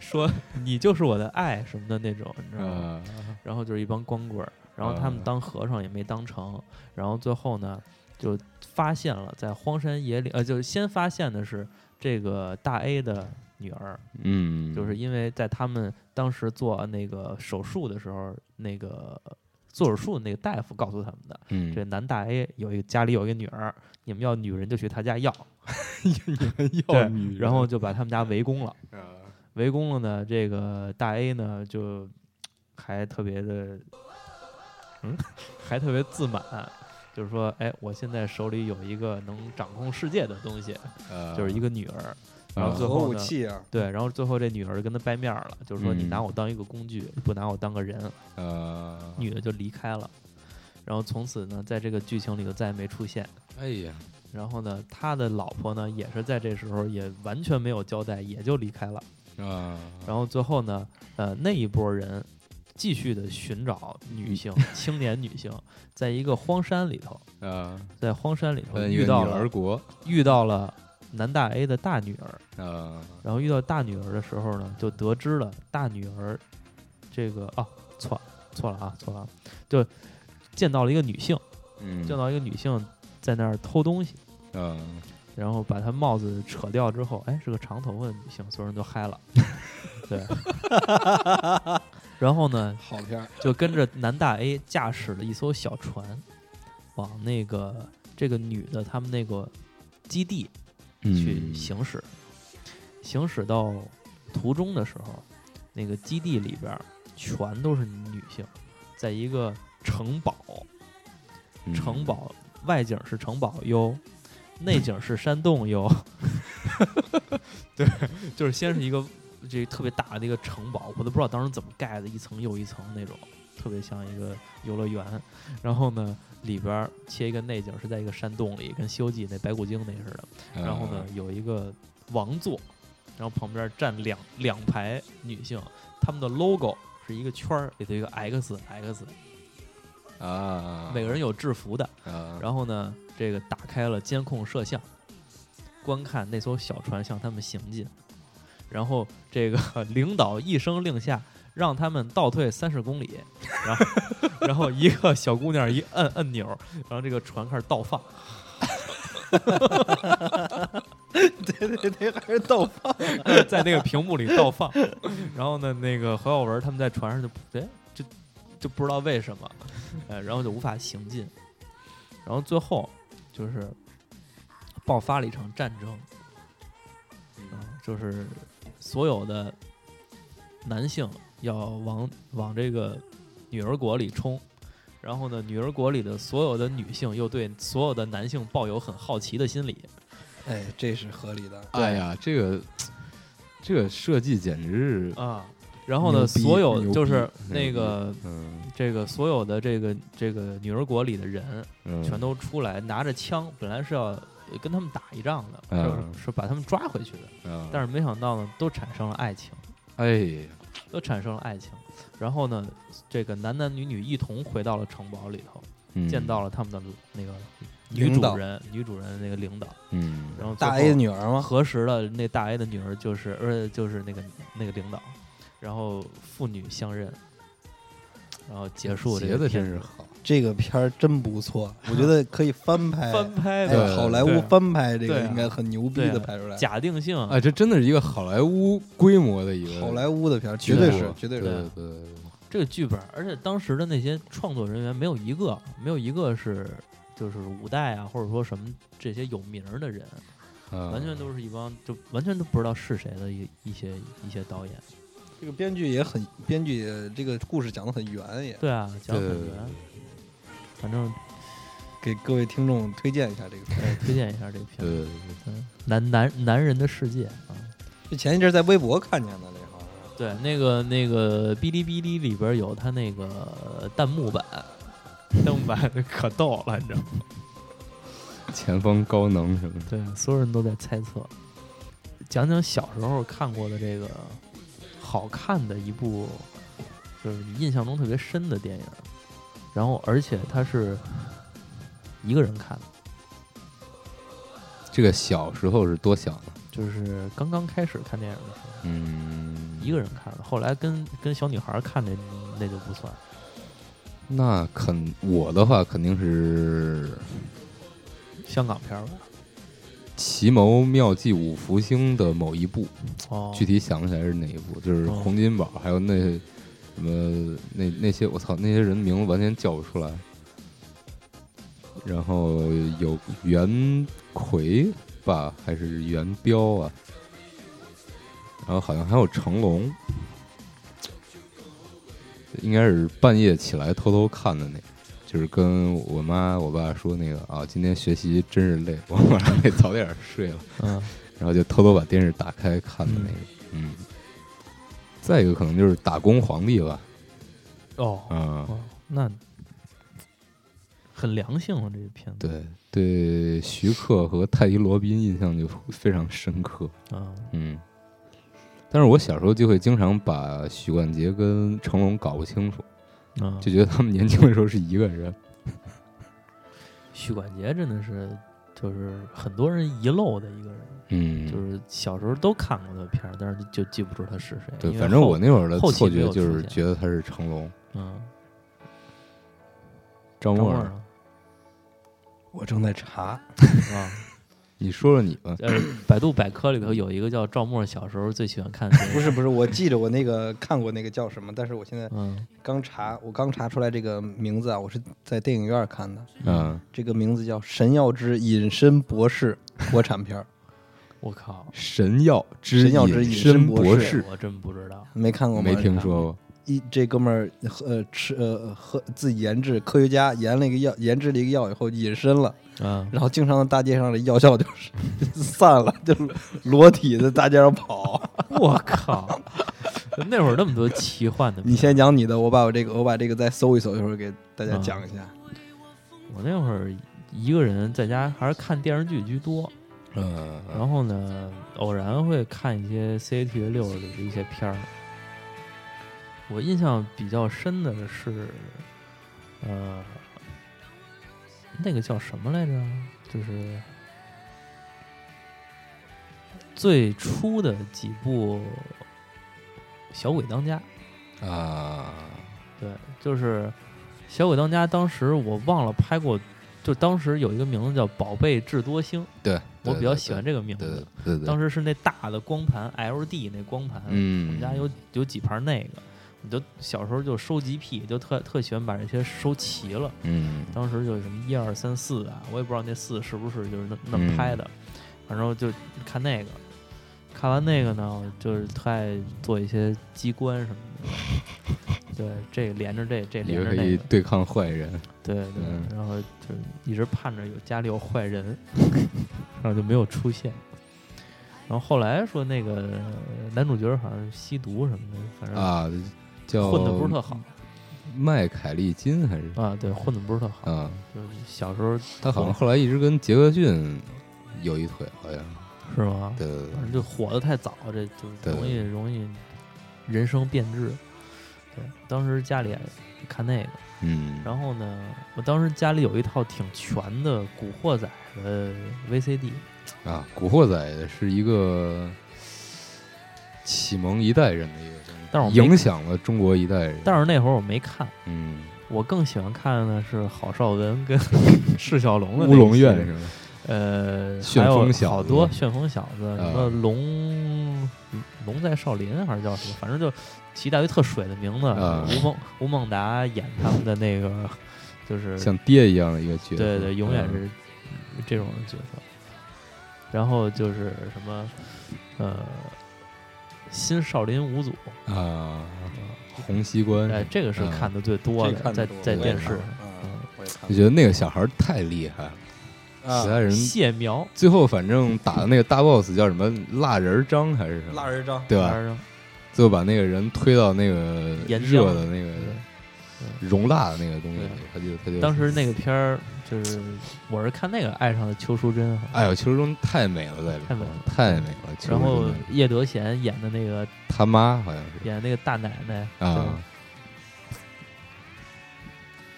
A: 说你就是我的爱什么的那种，你知道吗？
C: 啊
A: 然后就是一帮光棍儿，然后他们
C: 啊
A: 当和尚也没当成，然后最后呢就发现了在荒山野岭，呃，就是先发现的是这个大 A 的女儿，
C: 嗯，
A: 就是因为在他们当时做那个手术的时候，那个做手术的那个大夫告诉他们的，
C: 嗯
A: 这男大 A 有一个家里有一个女儿，你们要女人就去他家要，
C: 要
A: 对
C: 女人，
A: 然后就把他们家围攻了。
C: 啊
A: (laughs) 围攻了呢，这个大 A 呢就还特别的，嗯，还特别自满，就是说，哎，我现在手里有一个能掌控世界的东西，
C: 啊
A: 就是一个女儿。然后
C: 啊
A: 最
B: 核
A: 后
B: 武
A: 呢，
B: 器啊，
A: 对，然后最后这女儿跟他掰面儿了，就是说你
C: 嗯
A: 拿我当一个工具，不拿我当个人。
C: 呃，
A: 女的就离开了，然后从此呢，在这个剧情里就再也没出现。
C: 哎呀，
A: 然后呢，他的老婆呢，也是在这时候也完全没有交代，也就离开了。
C: 啊，
A: 然后最后呢，呃，那一波人继续的寻找女
C: (laughs)
A: 性、青年女性，在一个荒山里头，
C: 啊，
A: 在荒山里头
C: 嗯
A: 遇到
C: 女
A: 了
C: 儿国
A: 遇到了南大 A 的大女儿，
C: 啊，
A: 然后遇到大女儿的时候呢，就得知了大女儿这个啊错错了啊错了啊，就见到了一个女性，
C: 嗯，
A: 见到一个女性在那儿偷东西，
C: 啊，
A: 然后把她帽子扯掉之后，哎，是个长头发的女性，所有人都嗨
C: (laughs)
A: 了，对。然后呢，
B: 好片 (laughs) 儿，
A: 就跟着南大 A 驾驶了一艘小船，往那个这个女的他们那个基地去
C: 嗯
A: 行驶。行驶到途中的时候，那个基地里边儿全都是女性，在一个城堡，
C: 嗯
A: 城堡外景是城堡哟，内景是山洞哟。 (laughs) 对，就是先是一个这特别大的一个城堡，我都不知道当时怎么盖的，一层又一层那种，特别像一个游乐园。然后呢，里边儿切一个内景是在一个山洞里，跟《西游记》那白骨精那似的。
C: 啊嗯
A: 然后呢，有一个王座，然后旁边站两两排女性，她们的 logo 是一个圈儿里头一个 X X，
C: 啊，
A: 每个人有制服的。
C: 啊，
A: 然后呢，这个打开了监控摄像，观看那艘小船向他们行进。然后这个领导一声令下，让他们倒退三十公里。然
B: (laughs)
A: 后，然后一个小姑娘一摁按钮，然后这个船开始倒放。
B: (laughs) 对对对，还是豆腐，
A: (laughs) 在那个屏幕里倒放。然后呢，那个何小文他们在船上就不哎就就不知道为什么，呃，然后就无法行进。然后最后就是爆发了一场战争，啊、就是所有的男性要往往这个女儿国里冲。然后呢，女儿国里的所有的女性又对所有的男性抱有很好奇的心理，
B: 哎，这是合理的。
C: 哎呀，这个这个设计简直是，
A: 啊，然后呢，
C: 牛逼
A: 所有
C: 牛逼
A: 就是
C: 牛
A: 那
C: 逼
A: 个
C: 嗯
A: 这个所有的这个这个女儿国里的人
C: 嗯，
A: 全都出来拿着枪，本来是要跟他们打一仗的，
C: 嗯
A: 是是把他们抓回去的，
C: 啊，
A: 但是没想到呢，都产生了爱情，
C: 哎呀，
A: 都产生了爱情。然后呢，这个男男女女一同回到了城堡里头，
C: 嗯
A: 见到了他们的那个女
B: 领
A: 主
B: 导
A: 人，女主人那个领导，
C: 嗯，
A: 然后最
B: 大
A: 后啊
B: A 的女儿吗？
A: 核实了那大 A 的女儿就是呃就是那个那个领导，然后父女相认，然后结束这
C: 结
A: 个
C: 的
A: 片
C: 真
A: 子啊
C: 是好，
B: 这个片儿真不错，我
A: (laughs)
B: 觉得可以翻拍。
A: 翻拍
B: 哎
A: 的
C: 对
B: 好莱
A: 对
B: 坞翻拍这个
A: 对啊
B: 应该很牛逼
A: 对啊
B: 的拍出来，
A: 假定性，
C: 哎，这真的是一个好莱坞规模的一个
B: 好莱坞的片儿绝对
C: 剧
B: 是
C: 作
B: 绝对
C: 对
B: 是。
C: 对对
A: 这个剧本，而且当时的那些创作人员没有一个，没有一个是就是五代啊，或者说什么这些有名儿的人，
C: 对，啊
B: 嗯
A: 完全都是一帮就完全都不知道是谁的一一些一些导演。
B: 这个编剧也很，编剧也这个故事讲的很圆，也
A: 对啊，讲得
C: 对
A: 很
C: 对对
A: 圆。反正
B: 给各位听众推荐一下这个片
A: 对
B: 儿。
A: 推荐一下这个片
C: 对
A: 子，
C: 对对
A: 嗯，男男男人的世界啊，
B: 这前一阵在微博看见的，这啊好像是
A: 对，那个那个哔哩哔哩里边有他那个弹幕版，弹幕版 (laughs) 可逗了，你知道吗？
C: 对前方高能什么的，
A: 对，所有人都在猜测。讲讲小时候看过的这个好看的一部，就是你印象中特别深的电影，然后而且它是一个人看的，
C: 这个小时候是多小啊呢？
A: 就是刚刚开始看电影的时候
C: 嗯，
A: 一个人看的，后来跟跟小女孩看的那就不算。
C: 那肯我的话肯定是
A: 香港片儿吧，
C: 《奇谋妙计五福星》的某一部，
A: 哦，
C: 具体想不起来是哪一部，就是
A: 哦
C: 洪金宝，还有那什么那那些我操那些人名字完全叫不出来。然后有袁奎吧，还是袁彪啊？然后好像还有成龙，应该是半夜起来偷偷看的那个，就是跟我妈我爸说那个啊，今天学习真是累，我晚上得早点睡了。
A: 嗯，
C: 然后就偷偷把电视打开看的那个，嗯。再一个可能就是《打工皇帝》吧，
A: 哦，
C: 啊、
A: 哦，那很良性了这个片子，
C: 对对，徐克和泰迪罗宾印象就非常深刻，
A: 嗯，
C: 嗯。但是我小时候就会经常把许冠杰跟成龙搞不清楚，
A: 嗯
C: 就觉得他们年轻的时候是一个人，
A: 许冠杰真的是就是很多人遗漏的一个人，
C: 嗯，
A: 就是小时候都看过他的片儿，但是就记不住他是谁。
C: 对
A: 因，为
C: 反正
A: 后
C: 我那会儿的
A: 后期
C: 错
A: 没
C: 觉
A: 有
C: 就
A: 出
C: 是
A: 现
C: 觉得他是成龙、
A: 嗯，张
C: 张默
A: 默
C: 尔。
A: 啊，
B: 我正在查，
A: 啊
C: 你说说你吧，
A: 呃，百度百科里头有一个叫赵默，小时候最喜欢看谁？
B: 不是不是，我记着我那个看过那个叫什么，但是我现在
A: 嗯，
B: 刚查，我刚查出来这个名字啊，我是在电影院看的，
C: 嗯，
B: 这个名字叫《神药之隐身博士》国产片儿，
A: 我靠，
C: 神药之
B: 神药之隐身博
C: 博
B: 士
C: 士，
A: 我真不知道。
B: 没看过吗？
C: 没听说过。
B: 一这哥们儿呃吃呃喝自己研制，科学家研了一个药，研制了一个药以后隐身了，
A: 嗯，
B: 然后经常在大街上的药效就是 (laughs) 散了，就是裸体在大街上跑。
A: 我靠，
C: (laughs)
A: 那会儿那么多奇幻的片儿。
B: 你先讲你的，我把我这个我把这个再搜一搜，一会儿给大
A: 啊
B: 家讲一下。
A: 我那会儿一个人在家还是看电视剧居多，
C: 嗯，
A: 然后呢，偶然会看一些 CCTV 六里的一些片儿。我印象比较深的是，呃，那个叫什么来着？就是最初的几部《小鬼当家》。
C: 啊，
A: 对，就是《小鬼当家》，当时我忘了拍过，就当时有一个名字叫《宝贝智多星》，
C: 对，
A: 我
C: 对
A: 比较
C: 对
A: 喜欢这个名
C: 对
A: 字。
C: 对对，
A: 当
C: 时
A: 时是那大的光盘 LD 那光盘，
C: 嗯，
A: 我们家有有几盘那个，我就小时候就收集癖，就特特喜欢把这些收齐了。
C: 嗯
A: 当时就什么一二三四啊，我也不知道那四是不是就是那那么
C: 嗯
A: 拍的，反正就看那个。看完那个呢，我就是特爱做一些机关什么
C: (laughs)
A: 的，对，这个连着这，这
C: 你
A: 连
C: 就
A: 着
C: 可
A: 那
C: 以
A: 个，
C: 对抗坏人，
A: 对对，
C: 嗯
A: 然后就一直盼着有家里有坏人， (laughs) 然后就没有出现。然后后来说那个呃男主角好像吸毒什么的，反正
C: 啊，叫
A: 混的不是特好
C: 麦凯利金还是
A: 啊，对，混的不是特好。
C: 啊？
A: 就是小时候
C: 他好像后来一直跟杰克逊有一腿，好像
A: 是吗？
C: 对对对
A: 反正就火的太早，这就
C: 对
A: 容易容易人生变质。对，当时家里也看那个，
C: 嗯，
A: 然后呢，我当时家里有一套挺全的《古惑仔》的 VCD，
C: 后啊，《古惑仔》是一个启蒙一代人的一个东西，
A: 但是我没
C: 影响了中国一代人，
A: 但是那会儿我没看，
C: 嗯
A: 我更喜欢看的是郝邵文跟 (laughs) 释小龙的那
C: 乌龙
A: 一系列
C: 院是吗？
A: 呃，
C: 旋
A: 还有
C: 风小
A: 好
C: 子
A: 多旋风小子，什么
C: 啊
A: 龙龙在少林还是叫什么，反正就起一大堆特水的名字。
C: 啊
A: 吴孟吴孟达演他们的那个，就是
C: 像爹一样的一个角色，
A: 对对，永远
C: 嗯
A: 是这种角色。然后就是什么呃，新少林五祖，
C: 啊，洪熙官，
A: 哎，这个是
C: 嗯
A: 看的最多
B: 这
A: 的，
B: 看
A: 在
B: 得多
A: 在
B: 我也
A: 电
B: 看
A: 视
B: 过
A: 上。
B: 嗯，我也看
C: 就觉得那个小孩儿太厉害了，
B: 过啊
C: 其他人
A: 谢苗，
C: 最后反正打的那个大 boss 叫什么蜡人儿张还是什么？
B: 蜡人张，
C: 对
A: 还
C: 吧？
A: 是
C: 最后把那个人推到那个
A: 岩
C: 热
A: 浆
C: 的那个
A: 对
C: 熔蜡的那个东西里
A: 对，
C: 他就他就
A: 当时那个片儿就是我是看那个爱上了邱淑贞，好像
C: 哎呦，邱淑贞太美了，在里
A: 太美
C: 头
A: 了
C: 太美了。邱
A: 然
C: 淑
A: 后
C: 贞
A: 叶德娴演的那个
C: 他妈好像是
A: 演那个大奶奶，
C: 啊，
A: 对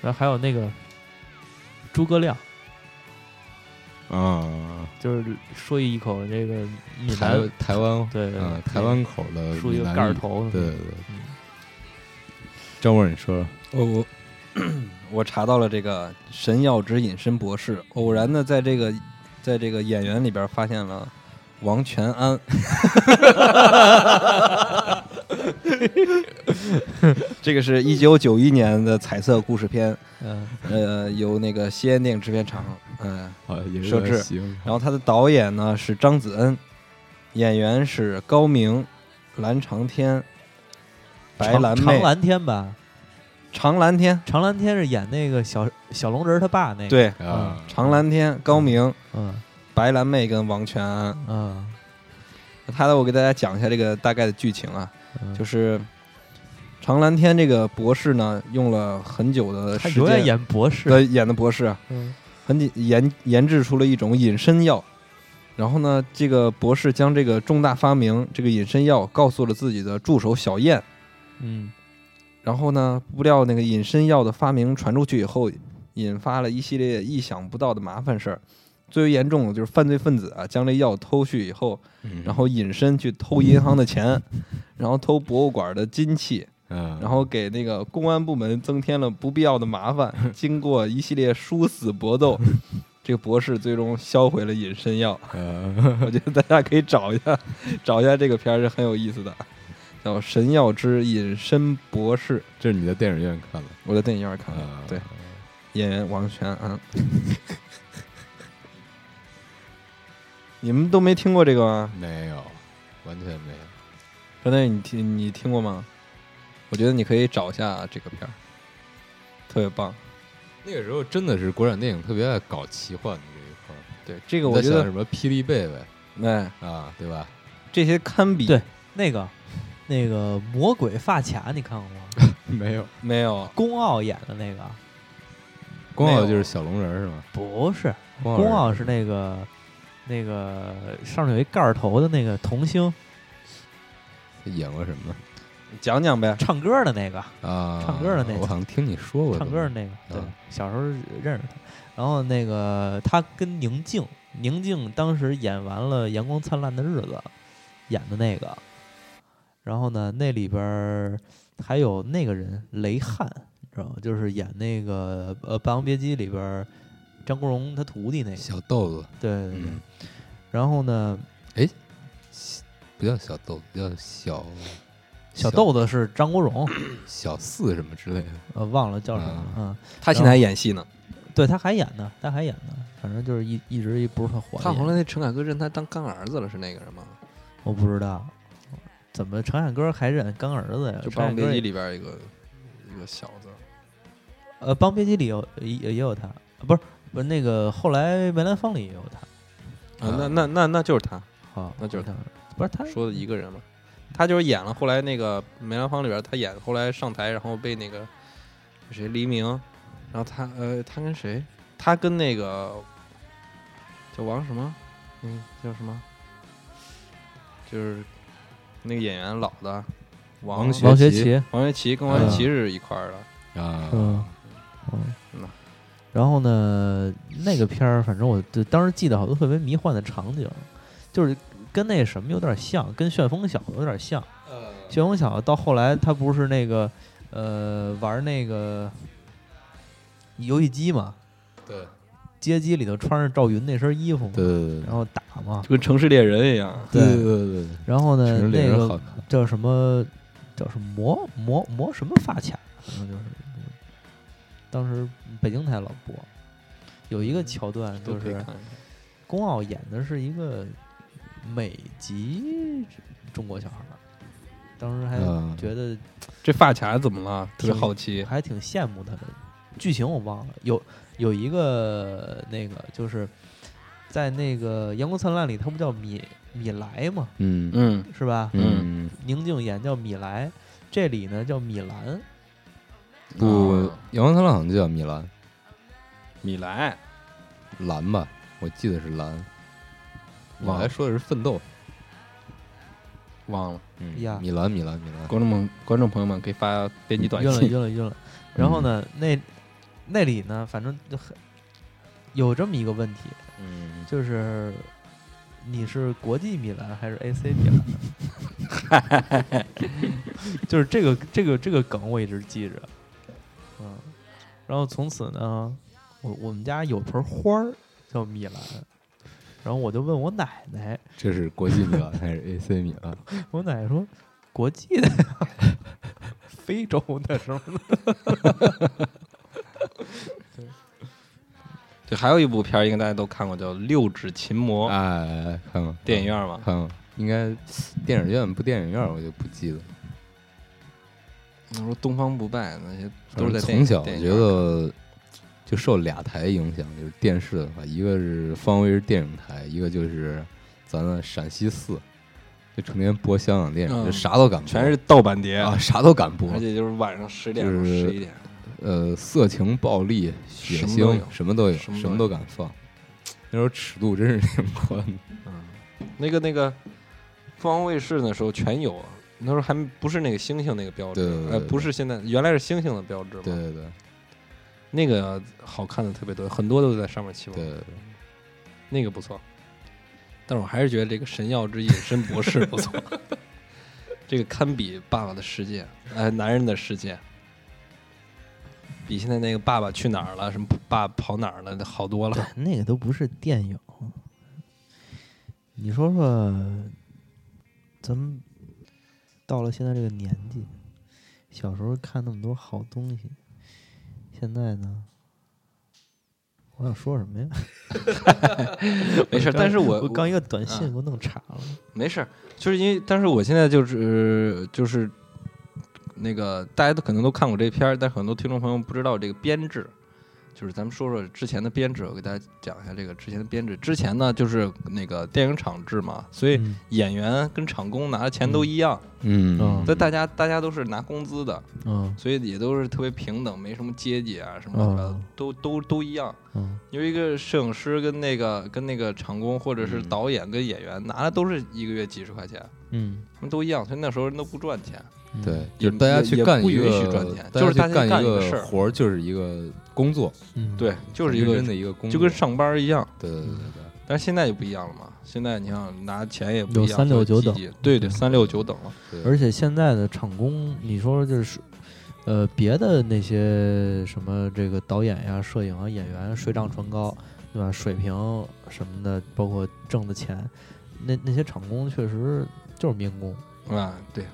A: 然后还有那个诸葛亮，
C: 啊，
A: 就是说一口这个闽
C: 台
A: 南，
C: 台湾
A: 对对
C: 啊
A: 对，
C: 台湾口的
A: 梳一
C: 闽
A: 个
C: 南
A: 盖儿
C: 语
A: 头
C: 对对对
A: 嗯。
C: 张文，你说说
B: 我呃我我查到了这个神药之隐身博士，偶然的在这个在这个演员里边发现了王全安， (laughs) 这个是一九九一年的彩色故事片，
A: 嗯，
B: 呃，由那个西安电影制片厂，嗯、
C: 啊，也是
B: 设
C: 在
B: 置
C: 行
B: 然后他的导演呢是张子恩，演员是高明、蓝长天、白
A: 长
B: 兰
A: 长
B: 妹、
A: 蓝天吧，
B: 长蓝天，
A: 长蓝天是演那个小小龙人儿他爸那个，，
B: 对，
C: 啊，
B: 长蓝天、高明。
A: 嗯
B: 白兰妹跟王全安，
A: 嗯，
B: 他的我给大家讲一下这个大概的剧情啊，
A: 嗯
B: 就是长蓝天这个博士呢，用了很久的
A: 他
B: 时
A: 永远
B: 间，
A: 演博士，
B: 呃，演的博士啊，
A: 嗯
B: 很紧研研制出了一种隐身药，然后呢，这个博士将这个重大发明这个隐身药告诉了自己的助手小燕，
A: 嗯
B: 然后呢，不料那个隐身药的发明传出去以后，引发了一系列意想不到的麻烦事儿。最为严重的就是犯罪分子啊，将这药偷去以后，
C: 嗯
B: 然后隐身去偷银行的钱，然后偷博物馆的金器，
C: 嗯，
B: 然后给那个公安部门增添了不必要的麻烦。
C: 嗯
B: 经过一系列殊死搏斗，这个博士最终销毁了隐身
C: (laughs)
B: 药。
C: 呃，
B: 我觉得大家可以找一下，找一下这个片儿是很有意思的，叫《神药之隐身博士》。
C: 这是你在电影院看的
B: 我在电影院看的，
C: 啊？
B: 对演员王嗯全安。 (laughs) 你们都没听过这个吗？
C: 没有，完全没有。
B: 张丹，你听你听过吗？我觉得你可以找一下这个片儿，特别棒。
C: 那个时候真的是国产电影特别爱搞奇幻的这一块儿。
B: 对这个，
C: 你
B: 我
C: 在
B: 觉
C: 想
B: 得
C: 什么霹雳贝贝
B: 哎，
C: 啊，对吧？
B: 这些堪比
A: 对那个那个魔鬼发卡你看过吗？ (laughs)
C: 没有，
B: 没有
A: 宫傲演的那个
C: 光
B: 没
C: 好
B: 有
C: 就是小龙人儿是吗？
A: 不是，
C: 光
A: 宫
C: 好
A: 傲啊是那个那个上面有一盖儿头的那个童星，
C: 演过什么
B: 讲讲呗。
A: 唱歌的那个，
C: 啊？
A: 唱歌的那
C: 我好像听你说过。
A: 唱歌的那个，对
C: 哦嗯，
A: 小时候认识他。然后那个他跟宁静，宁静当时演完了《阳光灿烂的日子》，演的那个。然后呢，那里边儿还有那个人雷汉，你知道吗？就是演那个呃《霸王别姬》里边儿张国荣他徒弟那个。
C: 小豆子，
A: 对对对。
C: 嗯
A: 然后呢，
C: 不叫小豆子，叫小
A: 小豆子是张国荣，
C: 小四什么之类的。
A: 呃，忘了叫什么了。
C: 啊
A: 嗯，
B: 他现在还演戏呢，
A: 对他还演呢，他还演呢，反正就是一一直也不是特火的
B: 他
A: 演员。
B: 后来那陈凯歌认他当干儿子了，是那个人吗？
A: 我不知道，怎么陈凯歌还认干儿子呀？
B: 就《
A: 陈
B: 霸王
A: 凯
B: 别
A: 歌
B: 姬》
A: 也
B: 里边一个一个小子，
A: 呃，《霸王别姬》里有也也有他，啊不是不是那个后来梅兰芳里也有他，
B: 啊，那那那那就是他
A: 啊，
B: 那就是他
A: 他，不是他
B: 说的一个人嘛。他就是演了，后来那个《梅兰芳》里边他演，后来上台，然后被那个谁黎明，然后他呃，他跟谁？他跟那个叫王什么？嗯，叫什么？就是那个演员老的王
C: 王
B: 学嗯
C: 学
A: 王学
C: 琦
A: 琦，
B: 王学琦跟王学琦是一块儿的。
C: 啊，
A: 嗯嗯
B: 嗯。
A: 然后呢，那个片儿，反正我就当时记得好多特别迷幻的场景，就是跟那什么有点像，跟旋风小子有点像。
B: 呃，
A: 旋风小子到后来他不是那个呃玩那个游戏机嘛，
C: 对
A: 街机里头穿着赵云那身衣服嘛，
C: 对对
A: 然后打嘛
B: 就，跟城市猎人一样。
C: 对对对对，
A: 然后呢
C: 城市猎
A: 那
C: 人
A: 个
C: 好看，
A: 叫什么叫什么魔魔魔什么发卡，反正就是当时北京台老播，有一个桥段
B: 都
A: 就
B: 可以
A: 是
B: 看
A: 宫傲演的是一个美籍中国小孩儿，当时还
C: 嗯
A: 觉得
B: 这发卡怎么了？特别
A: 挺
B: 好奇。
A: 还挺羡慕他的。剧情我忘了，有有一个那个就是在那个《阳光灿烂》里，他不叫米米莱嘛，
C: 嗯
B: 嗯，
A: 是吧？
C: 嗯，
A: 宁静演叫米莱，这里呢叫米兰，
C: 不
A: 嗯
B: 啊，
C: 阳光灿烂好像就叫米兰
B: 米莱，
C: 蓝吧，我记得是蓝。米
B: 忘
C: 莱
B: 了
C: 说的是奋斗，
B: 忘了。
C: 嗯
A: 呀
C: 米兰米兰米兰，
B: 观众们，观众朋友们可以发编辑短 (laughs)
A: 晕了
B: 信。
A: 晕了晕了。然后呢，那那里呢，反正就很有这么一个问题，
C: 嗯，
A: 就是你是国际米兰还是 AC 米兰？ (laughs) 就是这个这个这个梗我一直记着，嗯，然后从此呢，我我们家有盆花儿叫米兰，然后我就问我奶奶，
C: 这是国际米兰还是 AC 米兰？
A: 我奶奶说国际的呀， (laughs) 非洲的什么的，
B: 对，还有一部片儿应该大家都看过，叫《六指琴魔》，
C: 哎，看过
B: 电影院嘛。
C: 看过，应该电影院不电影院我就不记得，
B: 我说东方不败那些都是在电
C: 从小
B: 电
C: 觉
B: 影院
C: 得就受俩台影响，就是电视的话，一个是方威是电影台，一个就是咱的陕西四，就成天播香港电
B: 嗯
C: 影，就啥都敢播，
B: 全是盗版碟，
C: 啊，啥都敢播
B: 而，且就是晚上十点
C: 就是
B: 十一点。
C: 呃，色情、暴力、血
B: 什么都
C: 腥
B: 有
C: 什么都有，
B: 什么都
C: 什么都敢放。那时候尺度真是挺宽的，
B: 嗯，那个那个凤凰卫视那时候全有，啊那时候还不是那个星星那个标志，
C: 对对对
B: 呃，
C: 对
B: 不是现在，原来是星星的标志嘛。
C: 对对对
B: 那个好看的特别多，很多都在上面起
C: 对
B: 网，
C: 对，
B: 那个不错。但是我还是觉得这个《神药之隐身博士》 (laughs) 不错，这个堪比《爸爸的世界》呃，男人的世界，比现在那个《爸爸去哪儿了》什么《爸跑哪儿了》好多了。
A: 那个都不是电影。你说说，咱们到了现在这个年纪，小时候看那么多好东西，现在呢，我想说什么呀？
B: (laughs) (laughs) 没事儿，但是我
A: 我刚一个短信
B: 啊
A: 给我弄岔了。
B: 没事儿，就是因为，但是我现在就是就是那个大家都可能都看过这片儿，但是很多听众朋友不知道这个编制，就是咱们说说之前的编制，我给大家讲一下这个之前的编制。之前呢就是那个电影厂制嘛，所以
A: 嗯
B: 演员跟厂工拿的钱都一样，
C: 嗯
A: 嗯，
B: 但大家大家都是拿工资的，
A: 嗯
B: 所以也都是特别平等，没什么阶级啊什么乱七八糟
A: 哦
B: 都都都一样。
A: 嗯
B: 因为一个摄影师跟那个跟那个厂工或者是
C: 嗯
B: 导演跟演员拿的都是一个月几十块钱。
A: 嗯，
B: 他们都一样，所以那时候人都不赚钱。
C: 对，
B: 也
C: 就是大家
B: 也
C: 去
B: 也
C: 干
B: 不
C: 一个，
B: 允许赚钱
C: 大
B: 就是
C: 去
B: 大家
C: 干
B: 干
C: 一
B: 一个
C: 个
B: 事儿
C: 活儿，就是一个工作，
A: 嗯，
B: 对，就是一
C: 很
B: 个
C: 认真的一个工作，
B: 就跟上班一样。
C: 对对对对
B: 但是现在就不一样了嘛，现在你想拿钱也不一
A: 有
B: 样，
A: 三六九
B: 就是
A: 等嗯
B: 积极对对，三六九等了。
C: 对，对
A: 而且现在的厂工，你说就是，呃，别的那些什么这个导演呀、摄影啊、演员水涨船高，对吧？水平什么的，包括挣的钱，那那些厂工确实就是民工，
B: 啊，对，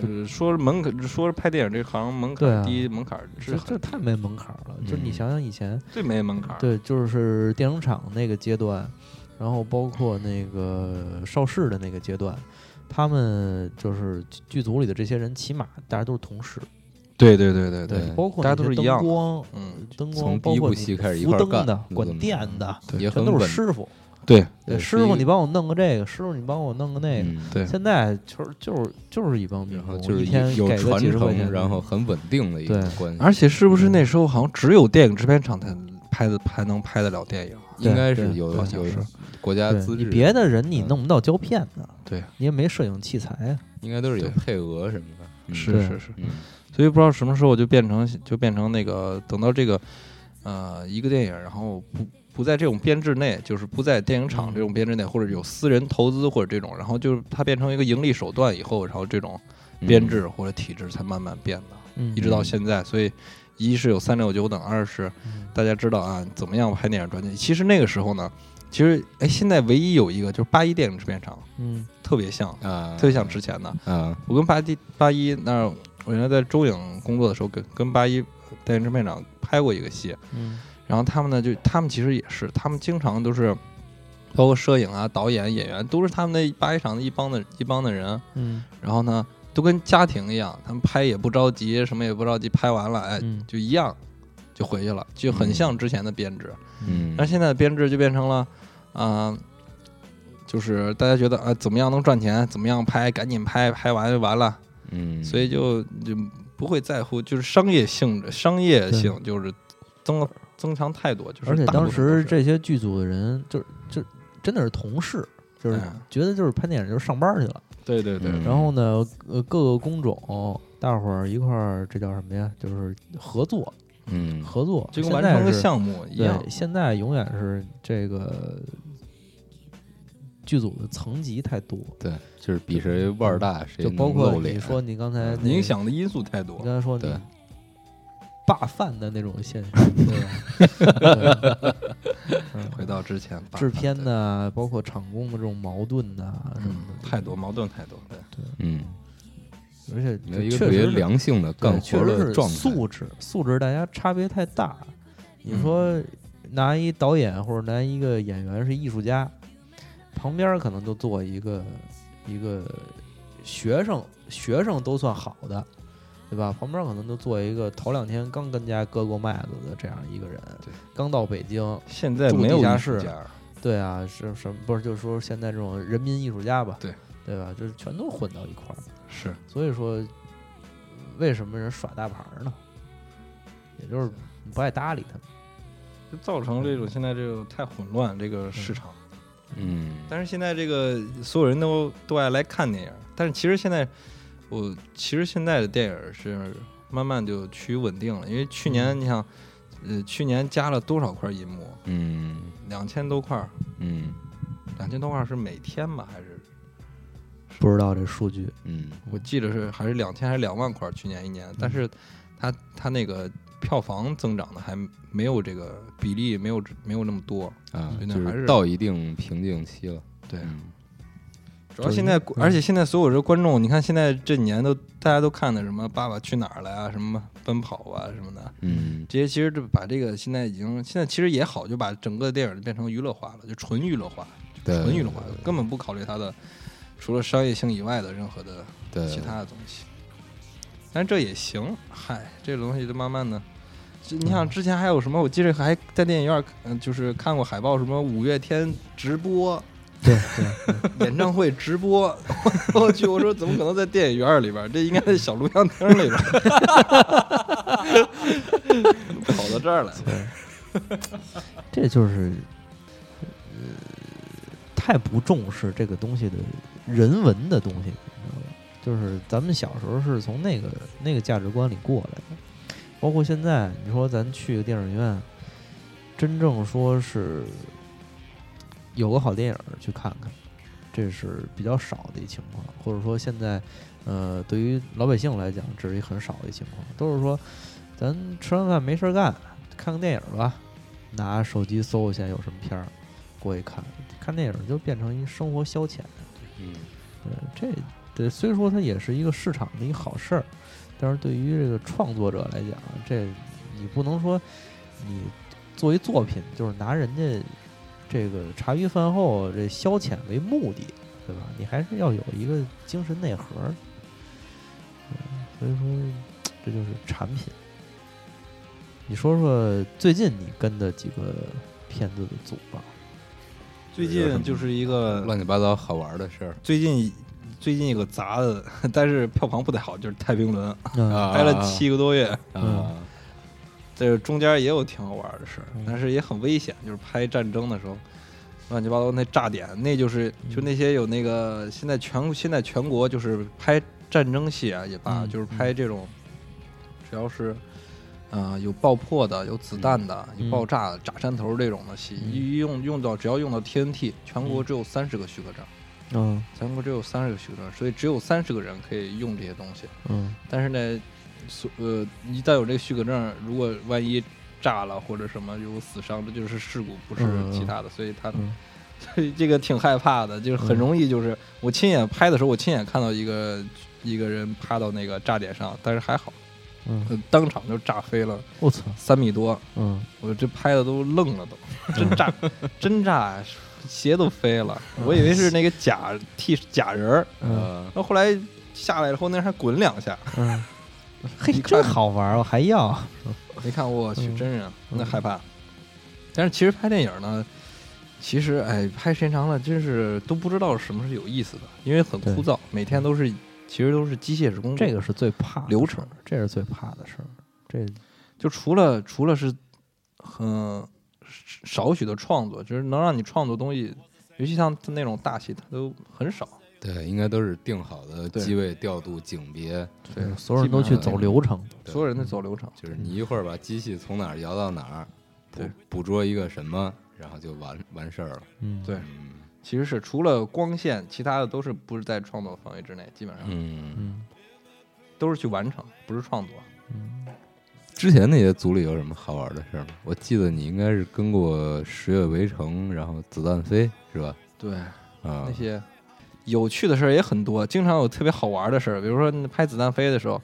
B: 呃说是门槛，说是拍电影这行门
A: 对啊
B: 槛低，门槛是
A: 这这
B: 很
A: 太没门槛了。就是你
C: 嗯
A: 想想以前，
B: 最没门槛。，
A: 对，就是电影厂那个阶段，然后包括那个邵氏的那个阶段。他们就是剧剧组里的这些人，起码大家都是同事，
B: 对对对对对，
C: 对
A: 包括
B: 大家
A: 那
B: 都
A: 些
B: 是一
A: 灯
B: 样的
A: 光，
B: 嗯，
A: 灯光
C: 从
A: 包
C: 第一
A: 括
C: 部
A: 你
C: 戏开始一
A: 扶
C: 块儿
A: 灯
C: 干
A: 的，管
C: 怎么
A: 电
C: 着
A: 的，
C: 也
A: 全
C: 很
A: 都
C: 稳
A: 是师傅。
B: 对
A: 对
C: 对是
A: 师傅
C: 一
A: 你帮我弄个这个，师傅你帮我弄个那个。
C: 嗯
B: 对
A: 现在就是就是就是一帮民
C: 然后
A: 工，
C: 就是
A: 一天
C: 有
A: 给个
C: 传
A: 几十块钱，
C: 承，然后很稳定的一个
A: 对啊
C: 关系，
B: 而且是不是那时候好像只有电影制片厂才拍的拍能拍得了电影？啊
C: 应该
A: 对
C: 是
A: 对
C: 有
B: 好像
C: 有
B: 是
C: 国家
A: 对
C: 资
A: 你
C: 质，
A: 别的人你
C: 嗯
A: 弄不到胶片的，
B: 对，
A: 你也没摄影器材啊。
C: 应该都是有
B: 对
C: 配额什么的，嗯
B: 是
A: 对
B: 是是。
C: 嗯
B: 所以不知道什么时候我就变成就变成那个等到这个呃一个电影，然后不不在这种编制内，就是不在电影厂
A: 嗯
B: 这种编制内，或者有私人投资或者这种，然后就是它变成一个盈利手嗯
C: 嗯
B: 段以后，然后这种编制或者体制才慢慢变的，
A: 嗯
B: 一直到现在，所以。一是有三六九等，二是
E: 嗯
B: 大家知道啊，怎么样拍电影专辑？其实那个时候呢，其实哎，现在唯一有一个就是八一电影制片厂，
E: 嗯
B: 特别像，
C: 啊，
B: 特别像之前的。
C: 啊，
B: 我跟八一八一那儿，我原来在中影工作的时候，跟跟八一电影制片厂拍过一个戏，
E: 嗯
B: 然后他们呢，就他们其实也是，他们经常都是，包括摄影啊、导演、演员，都是他们那八一厂的一帮的一帮的人。
E: 嗯
C: 哎
B: 然后呢，都跟家庭一样，他们拍也不着急，什么也不着急，拍完了，哎，
E: 嗯
B: 就一样就回去了，就很像之前的编制。
C: 嗯，
B: 但现在的编制就变成了，啊、就是大家觉得啊、怎么样能赚钱，怎么样拍，赶紧拍，拍完就完了，
C: 嗯，
B: 所以就就不会在乎，就是商业性质，商业性就是增了增强太多，就是
A: 而且
B: 大部
A: 当
B: 分都
A: 时
B: 是
A: 这些剧组的人，就是就真的是同事，就是
B: 哎
A: 觉得就是拍电影就是上班去了。
B: 对对对，
C: 嗯
A: 然后呢，呃，各个工种大伙儿一块儿，这叫什么呀？就是合作，
C: 嗯，
A: 合作。
B: 就跟
A: 现
B: 完
A: 在
B: 成个
A: 是
B: 项目一样
A: 对，，现在永远是这个剧组的层级太多，
C: 对，就是比谁腕儿大，谁
A: 嗯就包
C: 能
A: 括
C: 露
A: 你
C: 脸
A: 说你刚才那
B: 影，响的因素太多
A: 你。刚才说你
C: 对
A: 霸饭的那种现象，对吧？ (laughs) 对嗯
B: 回到之前，
A: 制片呐，包括场工的这种矛盾呐、什
B: 嗯
A: 么的，
B: 太多矛盾太多，对，
C: 嗯，
A: 而且
C: 没有一
A: 确实
C: 个特别
A: 是
C: 良性的
A: 对
C: 干
A: 确
C: 活
A: 实
C: 的
A: 是
C: 状态，
A: 素质，素质大家差别太大。你
B: 嗯
A: 说拿一导演或者拿一个演员是艺术家，旁边可能就做一个一个学生，学生都算好的，对吧？旁边可能就做一个头两天刚跟家割过麦子的这样一个人
B: 对，
A: 刚到北京，
B: 现在
A: 住
B: 没有
A: 地下
B: 艺术
A: 室
B: 家了，
A: 对啊，是什么不是？就是说现在这种人民艺术家吧，
B: 对
A: 对吧？就是全都混到一块儿。
B: 是
A: 所以说，为什么人耍大牌儿呢？也就是不爱搭理他们。
B: 就造成这种现在这种太混乱这个市场。
C: 嗯，
B: 但是现在这个所有人都都爱来看电影，但是其实现在我其实现在的电影是慢慢就趋于稳定了，因为去年你想，呃，去年加了多少块银幕？
C: 嗯
B: 两千多块，
C: 嗯
B: 两千多块是每天吧？还是
A: 不知道这数据，
C: 嗯
B: 我记得是还是两千还是两万块？去年一年，但是它它那个票房增长的还没有这个比例没有没有那么多。
C: 啊，
B: 对那
C: 就
B: 还
C: 是
B: 是
C: 到一定瓶颈期了，
B: 对
A: 啊
C: 嗯
B: 主要现在，而且现在所有的观众，你看现在这几年都大家都看的什么《爸爸去哪儿》了呀，什么《奔跑》啊什么的，
C: 嗯
B: 这些其实就把这个现在已经现在其实也好，就把整个电影变成娱乐化了，就纯娱乐化，
C: 对
B: 纯娱乐化，根本不考虑它的除了商业性以外的任何的
C: 对
B: 其他的东西。但这也行，嗨，这东西就慢慢的。这
C: 嗯
B: 你想之前还有什么？我记得还在电影院，嗯，就是看过海报，什么五月天直播，
A: 对对，
B: 演唱会直播， (laughs) 我去，我说怎么可能在电影院里边儿？这应该在小录像厅里边儿， (laughs) 跑到这儿来了。
A: 这就是呃太不重视这个东西的人文的东西，你知道吧？就是咱们小时候是从那个那个价值观里过来的，包括现在，你说咱去个电影院，真正说是有个好电影儿去看看，这是比较少的一情况，或者说现在，呃，对于老百姓来讲，这是一很少的情况，都是说咱吃完饭没事儿干，看个电影儿吧，拿手机搜一下有什么片儿，过去看，看电影就变成一生活消遣。
C: 嗯
A: 对，这对，虽说它也是一个市场的一个好事儿，但是对于这个创作者来讲，这你不能说你作为作品就是拿人家这个茶余饭后这消遣为目的，对吧？你还是要有一个精神内核儿。对，所以说这就是产品。你说说最近你跟的几个片子的组吧？
B: 最近就是一个
A: 嗯
C: 乱七八糟好玩的事儿
B: 最近最近一个砸的，但是票房不太好，就是《太平轮》，
A: 嗯
C: 啊
B: 拍了七个多月，
C: 啊，
B: 这个中间也有挺好玩的事儿
A: 嗯，
B: 但是也很危险，就是拍战争的时候。乱七八糟那炸点，那就是
A: 嗯
B: 就那些有那个现在全现在全国就是拍战争戏啊也罢，
A: 嗯
B: 就是拍这种，只要是，呃，有爆破的、有子弹的、
A: 嗯
B: 有爆炸的、炸山头这种的戏，
A: 嗯
B: 一用用到只要用到 TNT，全国只有三十个许可证，
A: 嗯
B: 全国只有三十个许可证，所以只有三十个人可以用这些东西。
A: 嗯
B: 但是呢，所呃，你带有这个许可证，如果万一炸了或者什么有死伤，这就是事故，不是
F: 嗯嗯
B: 其他的，所以他
F: 嗯
B: 所以这个挺害怕的，就是 (laughs) 很容易就是我亲眼拍的时候，我亲眼看到一个一个人趴到那个炸点上，但是还好，
F: 嗯，
B: 呃当场就炸飞了
F: 我操，
B: 三米多，
F: 嗯
B: 我这拍的都愣了
F: (laughs)
B: 都，真炸，真炸，鞋都飞了，我以为是那个假替假人儿，
F: 嗯
C: 呃
B: 然后后来下来以后那还滚两下， (laughs)
F: 嗯，嘿，
B: 一看
F: 真
B: 嗯
F: 好玩儿，我还要，
B: 没看我去
F: 嗯
B: 真人，那
F: 嗯
B: 害怕。但是其实拍电影呢，其实哎，拍时间长了，真是都不知道什么是有意思的，因为很
F: 对
B: 枯燥，每天都是其实都是机械式工作。
F: 这个是最怕的
B: 流程
F: 事儿，这是最怕的事儿。这
B: 就除了除了是很少许的创作，就是能让你创作东西，尤其像那种大戏，它都很少。
C: 对，应该都是定好的
B: 对
C: 机位、调度、景别，
F: 就是所有人都
B: 基
F: 去
B: 本上
F: 走流程，
C: 对
B: 所有人都走流程，
C: 就是你一会儿把机器从哪儿摇到哪儿，捕
B: 对
C: 捕捉一个什么，然后就完完事儿了。
F: 嗯，
B: 对
C: 嗯
B: 其实是除了光线，其他的都是不是在创作范围之内，基本上
C: 嗯，
F: 嗯
B: 都是去完成，不是创作。
F: 嗯，
C: 之前那些组里有什么好玩的事儿吗？我记得你应该是跟过十月围城，然后子弹飞是吧？
B: 对，
C: 啊
B: 那，些有趣的事儿也很多，经常有特别好玩的事儿，比如说那拍子弹飞的时候，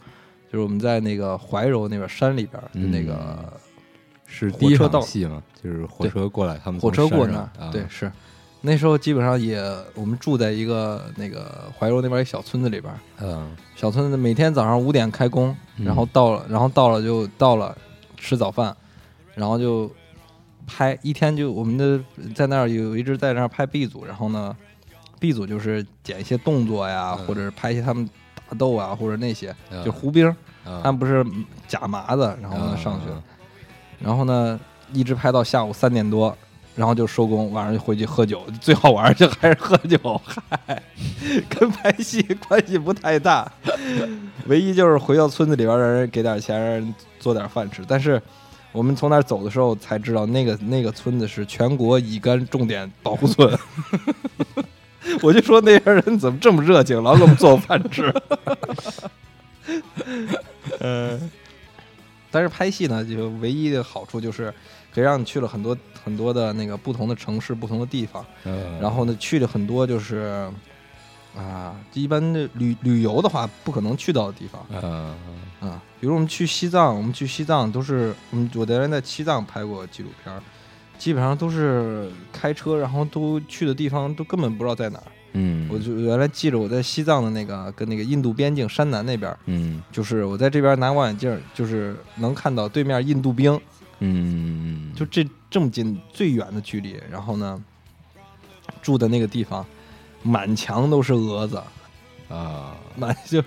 B: 就是我们在那个怀柔那边山里边儿，就
C: 嗯
B: 那个
C: 是
B: 火
C: 第一
B: 车
C: 场
B: 道
C: 戏嘛，就是火
B: 对
C: 车过来，他们
B: 火
C: 从
B: 车过那
C: 山上
B: 儿，
C: 啊
B: 对，是那时候基本上也我们住在一个那个怀柔那边一小村子里边儿，
C: 嗯，
B: 小村子每天早上五点开工，
C: 嗯
B: 然后到了，然后到了就到了吃早饭，然后就拍一天就我们的在那儿有一直在那儿拍 B 组，然后呢 B 组就是剪一些动作呀，
C: 嗯
B: 或者是拍一些他们打斗啊，或者那些
C: 嗯
B: 就胡兵，
C: 啊
B: 他们不是假麻子，然后呢上去，
C: 啊
B: 然后呢一直拍到下午三点多。然后就收工，晚上就回去喝酒。最好玩儿就还是喝酒，嗨，跟拍戏关系不太大。 (laughs) 唯一就是回到村子里边儿，让人给点钱，让人做点饭吃。但是我们从那儿走的时候才知道，那个那个村子是全国乙肝重点保护村。 (laughs) 我就说那边人怎么这么热情，老给我们做饭吃。嗯，但是拍戏呢，就唯一的好处就是可以让你去了很多很多的那个不同的城市、不同的地方，
C: 嗯
B: 然后呢去了很多就是啊，一般的旅旅游的话不可能去到的地方。
C: 嗯
B: 啊，比如我们去西藏，我们去西藏都是，我们我原来在西藏拍过纪录片儿，基本上都是开车，然后都去的地方都根本不知道在哪儿。
C: 嗯，
B: 我就原来记着我在西藏的那个跟那个印度边境山南那边儿，
C: 嗯
B: 就是我在这边拿望远镜儿，就是能看到对面印度兵，
C: 嗯
B: 就这这么近最远的距离，然后呢，住的那个地方满墙都是蛾子，
C: 啊
B: 满 (laughs) 就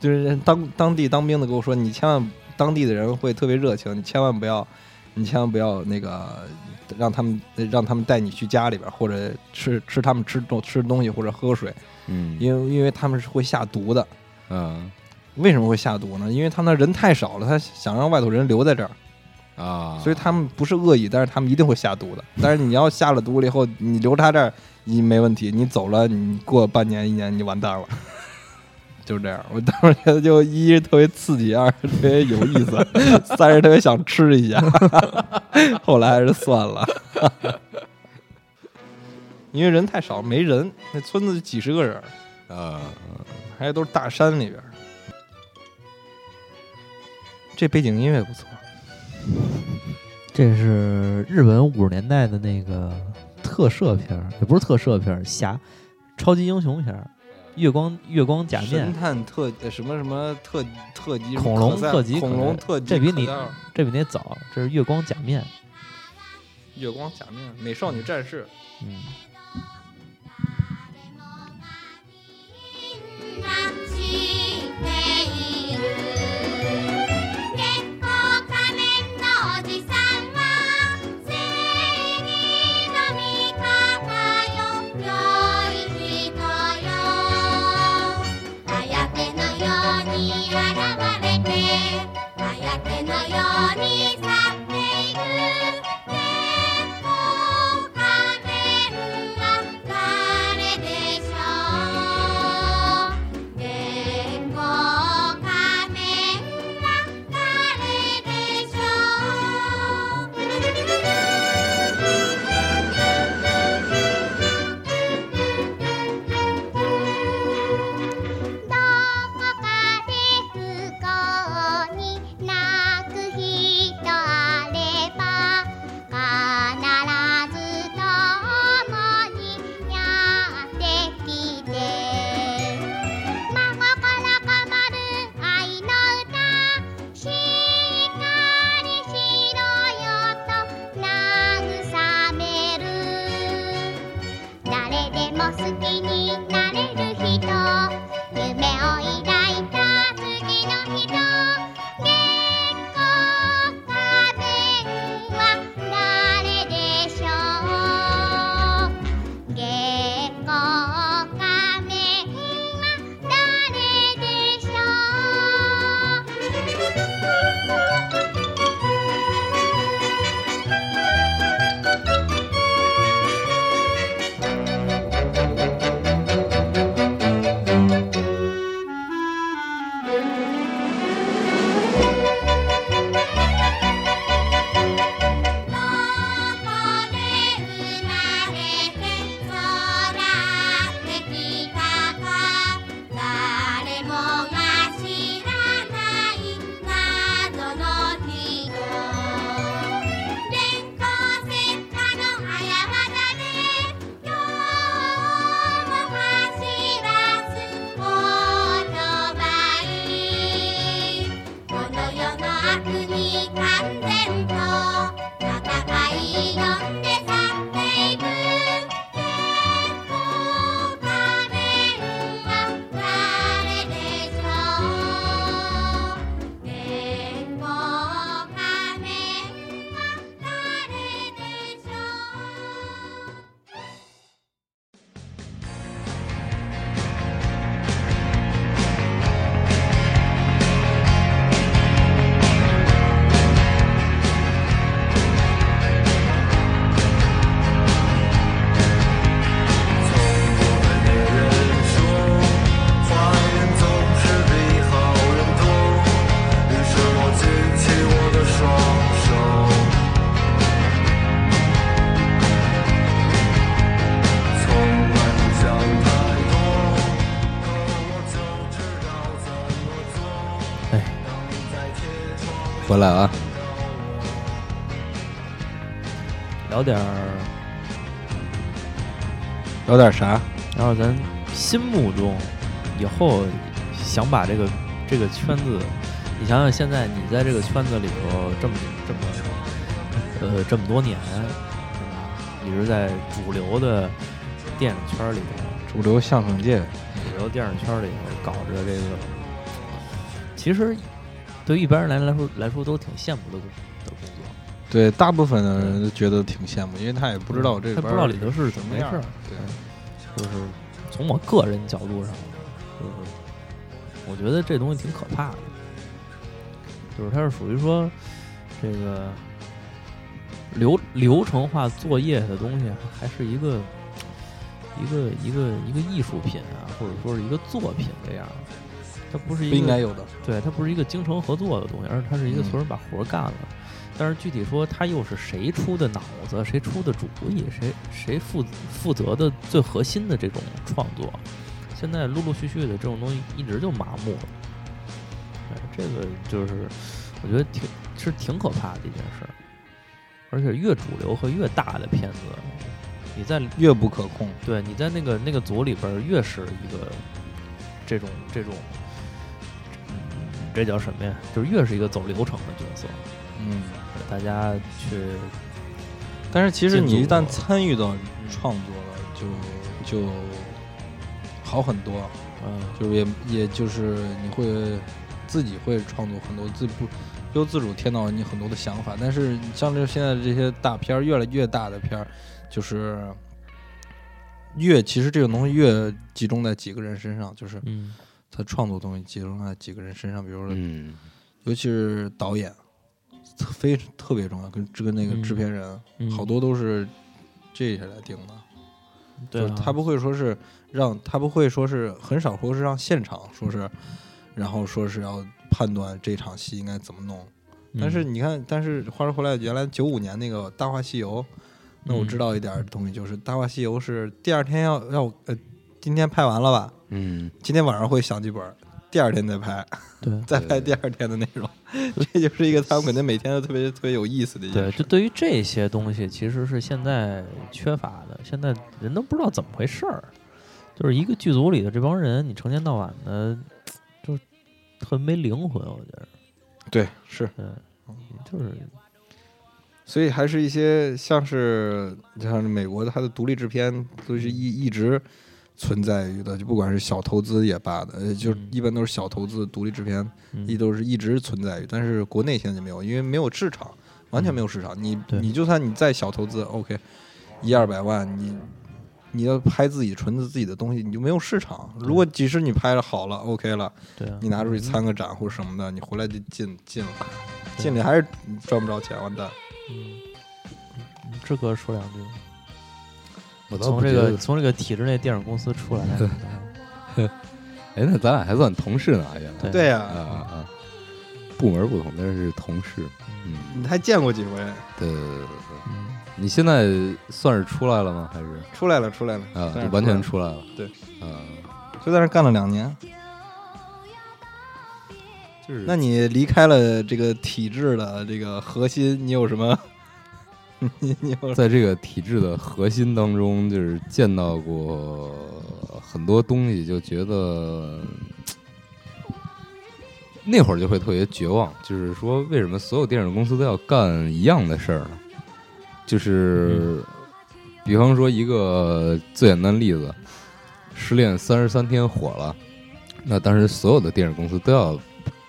B: 就是人当当地当兵的跟我说，你千万当地的人会特别热情，你千万不要，你千万不要那个让他们让他们带你去家里边儿，或者吃吃他们吃东吃东西或者喝水，
C: 嗯
B: 因为因为他们是会下毒的。
C: 嗯
B: 为什么会下毒呢？因为他们那人太少了，他想让外头人留在这儿，
C: 啊，
B: 所以他们不是恶意，但是他们一定会下毒的。但是你要下了毒了以后，你留他这儿你没问题，你走了，你过半年一年你完蛋了， (laughs) 就是这样。我当时觉得就一是特别刺激，二是特别有意思， (laughs) 三是特别想吃一下， (laughs) 后来还是算了，因为人太少，没人，那村子几十个人，
C: 啊
B: 还有都是大山里边儿。这背景音乐不错，
F: 这是日本五十年代的那个特摄片儿，也不是特摄片儿，侠超级英雄片儿，月光月光假面
B: 神，探特呃什么什么特特级
F: 恐龙
B: 可赛
F: 特级
B: 恐
F: 可
B: 龙
F: 赛
B: 特级
F: 这比你
B: 可赛
F: 这比那早，这是月光假面，
B: 月光假面美少女战士
F: 嗯，
G: 「ランチしている」「月光仮面のおじさんは正義の味方よ良い人よ」「あやてのように現れて」「あやてのように去っている」「月光仮面
C: 回来啊，
A: 聊点儿，
B: 聊点啥？
A: 然后咱心目中以后想把这个这个圈子，你想想现在你在这个圈子里头这么这么呃这么多年，是吧？一直在主流的电影圈里头，
B: 主流相声界，
A: 主流电影圈里头搞着这个，其实对于一般人来来说来说都挺羡慕的工的工作。
B: 对大部分的人都觉得挺羡慕，因为他也不知道这
A: 他
B: 边
A: 不
B: 儿
A: 知道里头是
B: 什
A: 怎么
B: 么
A: 回
B: 样
A: 事
B: 儿
A: 儿。，
B: 对，
A: 就是从我个人角度上，就是我觉得这东西挺可怕的，就是它是属于说这个流流程化作业的东西，还是一个一个一个一个艺术品啊，或者说是一个作品这样的，它不是一
B: 不
A: 个
B: 应该有的。
A: 对，它不是一个精诚合作的东西，而是它是一个所有人把活儿干了。但是具体说，它又是谁出的脑子，谁出的主意，谁谁负负责的最核心的这种创作，现在陆陆续续的这种东西一直就麻木了。哎对，这个就是我觉得挺是挺可怕的一件事儿，而且越主流和越大的片子，你在
B: 越不可控，
A: 对，你在那个那个组里边，越是一个这种这种，嗯这叫什么呀？就是越是一个走流程的角色，
B: 嗯。
A: 大家去
B: 但是其实你一
F: 啊
B: 旦
A: 建筑
B: 参与到创作了，就就好很多，
A: 嗯
B: 就是也也就是你会自己会创作很多自不由自主添到你很多的想法。但是像这现在这些大片儿，越来越大的片儿，就是越其实这种东西越集中在几个人身上，就是
A: 嗯
B: 他创作东西集中在几个人身上，比如说
C: 嗯，
B: 尤其是导演，特非特别重要，跟这个那个
A: 嗯
B: 制片人。
A: 嗯，
B: 好多都是这些来定的，
A: 对、
B: 就
A: 啊
B: 是，他不会说是让他不会说是很少说是让现场说是，然后说是要判断这场戏应该怎么弄。
A: 嗯，
B: 但是你看，但是话说回来，原来九五年那个《大话西游》，那我
A: 嗯
B: 知道一点儿东西，就是《大话西游》是第二天要要呃，今天拍完了吧？
C: 嗯，
B: 今天晚上会想剧本儿，第二天再拍，
A: 对
B: 再拍第二天的内容。 (laughs) 这就是一个他们可能每天都特别特别有意思的一件
A: 对，
B: 事。
A: 就对于这些东西，其实是现在缺乏的，现在人都不知道怎么回事儿，就是一个剧组里的这帮人，你成天到晚的，就特没灵魂，我觉得，
B: 对，是。
A: 嗯，就是
B: 所以还是一些像是像是美国的它的独立制片都
A: 嗯
B: 是一一直存在于的，就不管是小投资也罢的，呃，就
A: 嗯
B: 一般都是小投资独立制片，
A: 嗯
B: 一都是一直存在于，但是国内现在就没有，因为没有市场，完全没有市场。你
A: 对
B: 你就算你再小投资，OK，一二百万，你你要拍自己纯自己的东西，你就没有市场。如果即使你拍的好了，OK 了，
A: 对啊，
B: 你拿出去
A: 嗯
B: 参个展或者什么的，你回来就进进了，
A: 对
B: 进里还是赚不着钱，完蛋。
A: 嗯，志哥说两句，
C: 我倒
A: 从
C: 不
A: 这
C: 觉
A: 个
C: 得
A: 从这个体制内电影公司出来的，
B: 嗯
C: 哎，那咱俩还算同事呢，原来
A: 对
B: 对呀、
C: 啊啊啊，部门不同，但是同事，嗯，
B: 你还见过几回？
C: 对对对对对，
A: 嗯
C: 你现在算是出来了吗？还是
B: 出来了，出来了，
C: 啊，
B: 算
C: 就是完全
B: 出
C: 出来了，
B: 对，
C: 啊，
B: 来了就在那儿干了两年。
C: 就是
B: 那你离开了这个体制的这个核心，你有什么？你你有
C: 在这个体制的核心当中，就是见到过很多东西，就觉得那会儿就会特别绝望。就是说，为什么所有电影公司都要干一样的事儿呢？就是，比方说一个最简单的例子，《失恋三十三天》火了，那当时所有的电影公司都要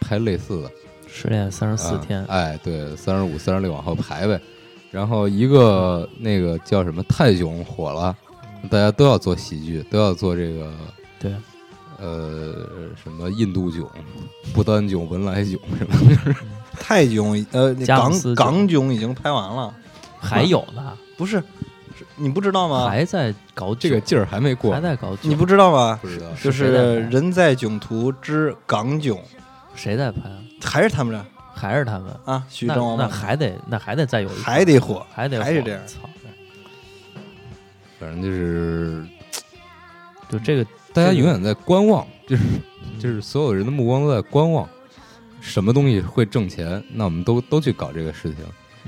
C: 拍类似的。
A: 失恋三十四天
C: 啊，哎，对，三十五、三十六往后排呗。然后一个那个叫什么泰囧火了，
A: 嗯
C: 大家都要做喜剧，都要做这个
A: 对，
C: 呃什么印度囧、不丹囧、文莱囧什么
B: (laughs) 泰囧呃，那
A: 佳木
B: 港
A: 斯囧
B: 港囧已经拍完了，
A: 还有呢，
B: 不是？是你不知道吗？
A: 还在搞
C: (laughs) 这个
A: 酒
C: 劲儿还没过
A: 啊还，在搞酒，
B: 你不知道吗？
C: 不知道
B: 就是
A: 谁在
B: 是
A: 拍
B: 《人在囧途之港囧》，
A: 谁在拍啊？
B: 还是他们这
A: 还是他们？
B: 儿啊？徐
A: 那
B: 峥、王
A: 那
B: 宝
A: 还得那还得再有一波
B: 还得火，
A: 还得
B: 还是
A: 火
B: 这样
A: 操！
C: 反正就是
A: 就这个嗯
C: 大家永远在观望，就是就是所有人的目光都在观望。什么东西会挣钱，那我们都都去搞这个事情，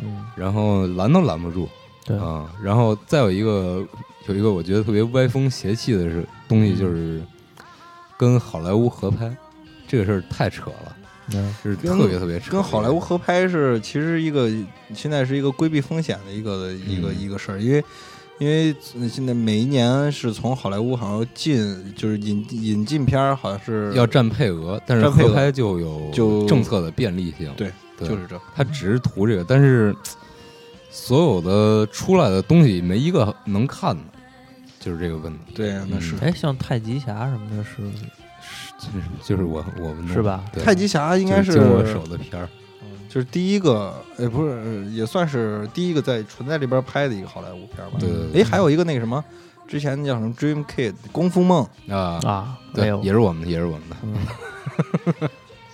A: 嗯，
C: 然后拦都拦不住。
A: 对
C: 啊，然后再有一个有一个我觉得特别歪风邪气的是东
A: 嗯
C: 西，就是跟好莱坞合拍，这个事儿太扯了，
A: 嗯
C: 就是
B: 跟
C: 特别特别扯。
B: 跟好莱坞合拍是其实一个现在是一个规避风险的一个一
C: 嗯
B: 个一个事儿，因为因为呃现在每一年是从好莱坞好像进就是引引进片儿，好像是
C: 要占配额，但是
B: 占配额
C: 合拍就有
B: 就
C: 政策的便利性。
B: 对，
C: 对
B: 就是这
C: 它只是图这个，但是所有的出来的东西没一个能看的，就是这个问题。
B: 对那是
C: 嗯
A: 哎，像太极侠什么的是，
C: 就是就是我我们
A: 是吧
C: 对
B: 太极侠应该
C: 就是经过手的片儿，
B: 就是第一个，哎，不是，也算是第一个在纯在这边拍的一个好莱坞片儿吧。
C: 对对对
B: 哎，还有一个那个什么，之前那叫什么《Dream Kid》功夫梦，
C: 啊，
A: 啊，没
C: 对
A: 有，，
C: 也是我们的，也是我们的。
A: 嗯，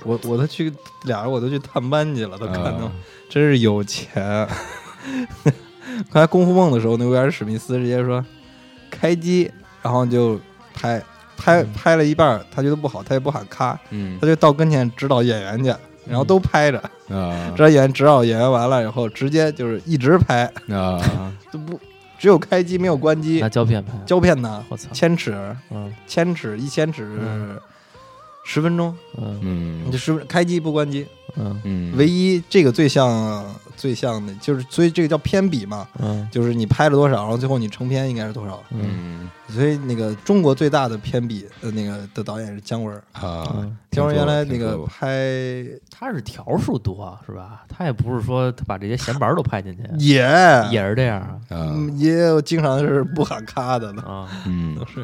B: 我我都去俩人我都去探班去了，都看到、
C: 啊
B: 真是有钱。 (laughs) 刚才功夫梦的时候，那威尔史密斯直接说开机，然后就拍拍
A: 嗯
B: 拍了一半儿，他觉得不好，他也不喊咔，
C: 嗯
B: 他就到跟前指导演员去，然后
A: 嗯
B: 都拍着，
C: 啊
B: 指导演员指导演员完了以后，直接就是一直拍，
C: 啊，
B: 都不只有开机没有关机
A: 拿，胶片拍，
B: 胶片呢，
A: 我操，
B: 千尺
A: 嗯
B: 千尺一千尺
A: 嗯
B: 十分钟，
A: 嗯
B: 你
C: 嗯
B: 就十分开机不关机，
A: 嗯
C: 嗯，
B: 唯一这个最像最像的就是，所以这个叫偏比嘛，
A: 嗯
B: 就是你拍了多少，然后最后你成片应该是多少。
A: 嗯
C: 嗯
B: 所以那个中国最大的偏比的那个的导演是姜文儿，
C: 啊，
A: 嗯，
B: 姜文儿原
C: 听说过
B: 来那
C: 听说
B: 个
C: 过
B: 拍
A: 他是条数多是吧？他也不是说他把这些闲板儿都拍进去，
B: 也
A: 也是这样啊
C: 啊，
B: 嗯也有经常是不喊咔的呢，
A: 啊， (laughs)
C: 嗯
B: 都，是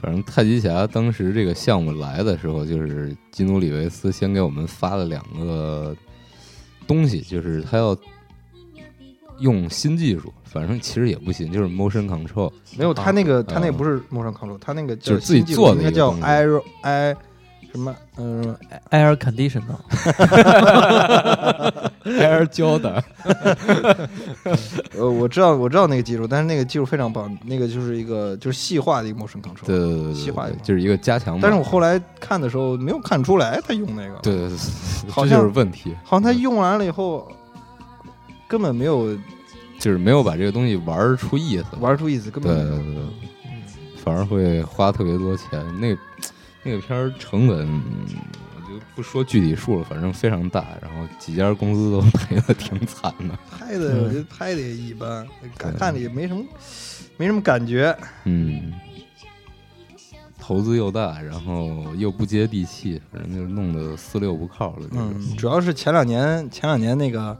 C: 反正太极侠当时这个项目来的时候，就是基努里维斯先给我们发了两个东西，就是他要用新技术，反正其实也不行，就是 motion
B: (laughs)
C: control，
B: 没有他那个他那
C: 嗯
B: 不是 motion control，他那个
C: 就是
B: 叫
C: 自己
B: 新技术
C: 做的
B: 应该
C: 一个
B: 叫
C: 东西
B: i i 什么嗯
A: air conditioner，
C: 还是教的，
B: 呃我知道我知道那个技术，但是那个技术非常棒，那个就是一个就是细化的一个 motion control，
C: 对对对对
B: 西化
C: 对
B: 一
C: 对，
B: 个
C: 就是一个加强版。
B: 但是我后来看的时候没有看出来他用那个，
C: 对对对对，
B: 好
C: 这就是
B: 像
C: 问题，
B: 好像他用完了以后根本没有
C: 就是没有把这个东西玩儿出意思，
B: 玩出意思，根
C: 对
B: 本
C: 对
B: 没有
C: 对对，反而会花特别多钱。那那个片儿成本，嗯我就不说具体数了，反正非常大，然后几家公司都 (laughs) 赔的挺惨的。
B: 拍的，我觉
C: 嗯
B: 得拍的也一般，看看着也没什么没什么感觉。
C: 嗯， (laughs) 投资又大，然后又不接地气，反正就是弄得四六不靠了。这个
B: 嗯，主要是前两年前两年那个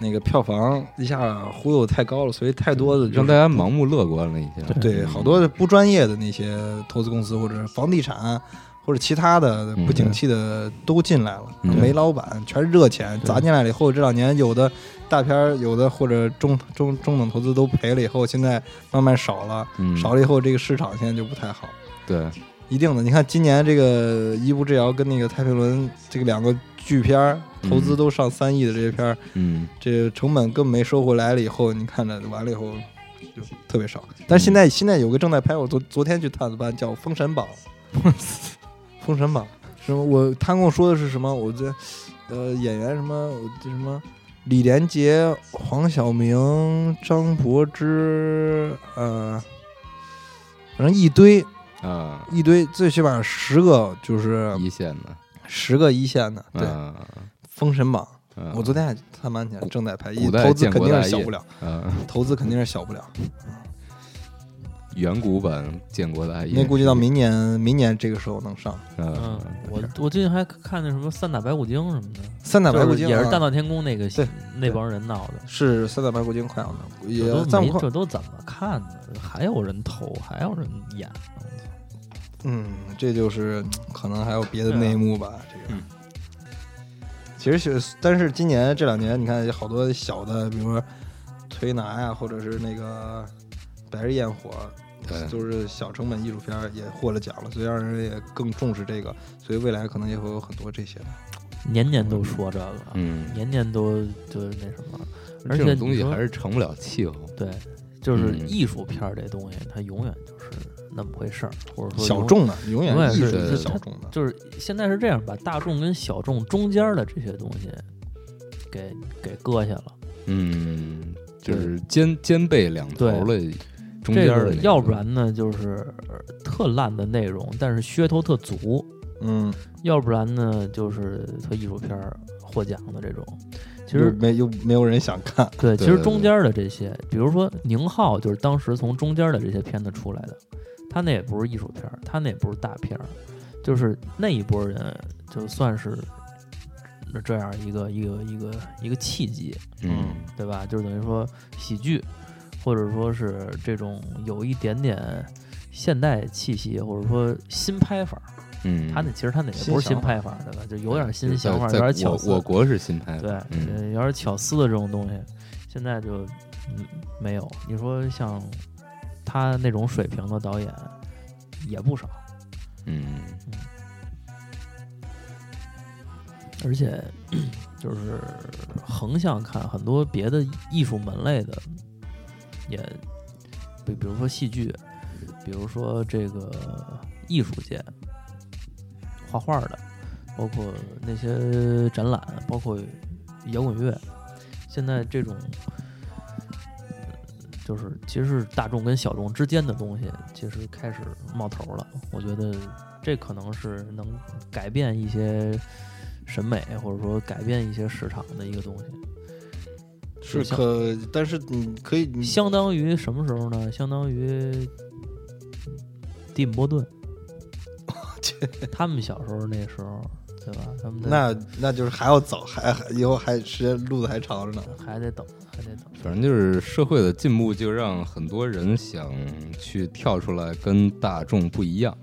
B: 那个票房一下忽悠太高了，所以太多的就
C: 嗯让大
B: 是。
C: 家盲目乐观了一下。
B: 对，好多不专业的那些投资公司或者房地产或者其他的不景气的都进来了，
C: 嗯
B: 没老板，全是热钱砸进来了以后，这两年有的大片儿，有的或者中中中等投资都赔了以后，现在慢慢少了，
C: 嗯，
B: 少了以后这个市场现在就不太好。
C: 对，
B: 一定的，你看今年这个《一步之遥》跟那个《太平轮》这个两个巨片儿，
C: 嗯
B: 投资都上三亿的这些片儿，
C: 嗯，
B: 这成本根本没收回来了，以后你看着完了以后就特别少。但是现在、
C: 嗯
B: 现在有个正在拍，我昨昨天去探的班，叫《封神榜》， (laughs) 封神榜什么？我他跟我说的是什么？我这呃演员什么？我这什么？李连杰、黄晓明、张柏芝，呃，反正一堆
C: 啊，
B: 一堆，最起码十个，就是
C: 一线的，
B: 十个一线的。对，
C: 啊
B: 封神榜》，
C: 啊
B: 我昨天还探班去了，正在拍，
C: 古
B: 一
C: 代
B: 投资
C: 建
B: 肯
C: 国
B: 定
C: 大
B: 是小
C: 业
B: 不了，
C: 啊，
B: 投资肯定是小不了。
C: 远古版建国大业，
B: 那估计到明年，明年这个时候能上《
A: 嗯
C: 啊，，
A: 我我最近还看那什么三打白骨精什么的，
B: 三打白骨
A: 就是
B: 精》
A: 也是大
B: 啊，
A: 闹天宫那个戏
B: 对
A: 那帮人闹的，
B: 是《三打白骨精》快要上，也
A: 这都
B: 暂
A: 没
B: 不快，
A: 这都怎么看的？还有人投，还有人演，
B: 嗯，这就是可能还有别的内幕吧，
A: 嗯
B: 这个。其实是，但是今年这两年，你看有好多小的，比如说推拿呀，或者是那个白日焰火，
C: 对，
B: 就是小成本艺术片儿也获了奖了，所以让人也更重视这个，所以未来可能也会有很多这些的。
A: 年年都说这个，
C: 嗯，
A: 年年都就是那什么，而
C: 这
A: 且
C: 种东
A: 你
C: 西
A: 说
C: 还是成不了气候。
A: 对，就是
C: 嗯
A: 艺术片儿这东西，它永远就是那么回事儿，或者说
B: 小
A: 永
B: 众的，永远
A: 永远
B: 艺
A: 是
B: 术
C: 是
B: 小众的。
A: 就是现在是这样，把大众跟小众中间的这些东西给给搁下了。
C: 嗯，就是肩肩背两头了，中
A: 这
C: 间的
A: 个
C: 那个
A: 要不然呢，就是呃特烂的内容，但是噱头特足；
B: 嗯，
A: 要不然呢，就是特艺术片儿获奖的这种。其
B: 又
A: 实
B: 没又没有人想看。
A: 对，其
C: 对
A: 实
C: 对
A: 中
C: 对
A: 间的这些，比如说宁浩，就是当时从中间的这些片子出来的，他那也不是艺术片儿，他那也不是大片儿，就是那一波人就算是这样一个一个一个一个契机，
C: 嗯
A: 对吧？就是等于说喜剧，或者说是这种有一点点现代气息，或者说新拍法儿，
C: 嗯，
A: 他那其实他那也不是新
B: 新想法
A: 拍法儿，对吧？就有点
C: 就
A: 新
C: 是在
A: 想法儿，
C: 在
A: 有点巧
C: 我
A: 思。
C: 我国是新拍的，
A: 对，
C: 嗯
A: 呃有点巧思的这种东西，现在就嗯没有。你说像他那种水平的导演也不少，
C: 嗯
A: 而且 (clears throat) 就是横向看很多别的艺术门类的，也比比如说戏剧，比如说这个艺术界，画画的，包括那些展览，包括摇滚乐，现在这种。就是，其实是大众跟小众之间的东西，其实开始冒头了。我觉得这可能是能改变一些审美，或者说改变一些市场的一个东西，
B: 是
A: 像
B: 可，但是你可以你
A: 相当于什么时候呢？相当于蒂姆·波
C: (laughs)
A: 顿
B: 切，
A: 他们小时候那时候，对吧？他们在
B: 那那就是还要早，还还以后还时间路子还长着呢。
A: 还得等，还得等。
C: 反正就是社会的进步，就让很多人想去跳出来跟大众不一样。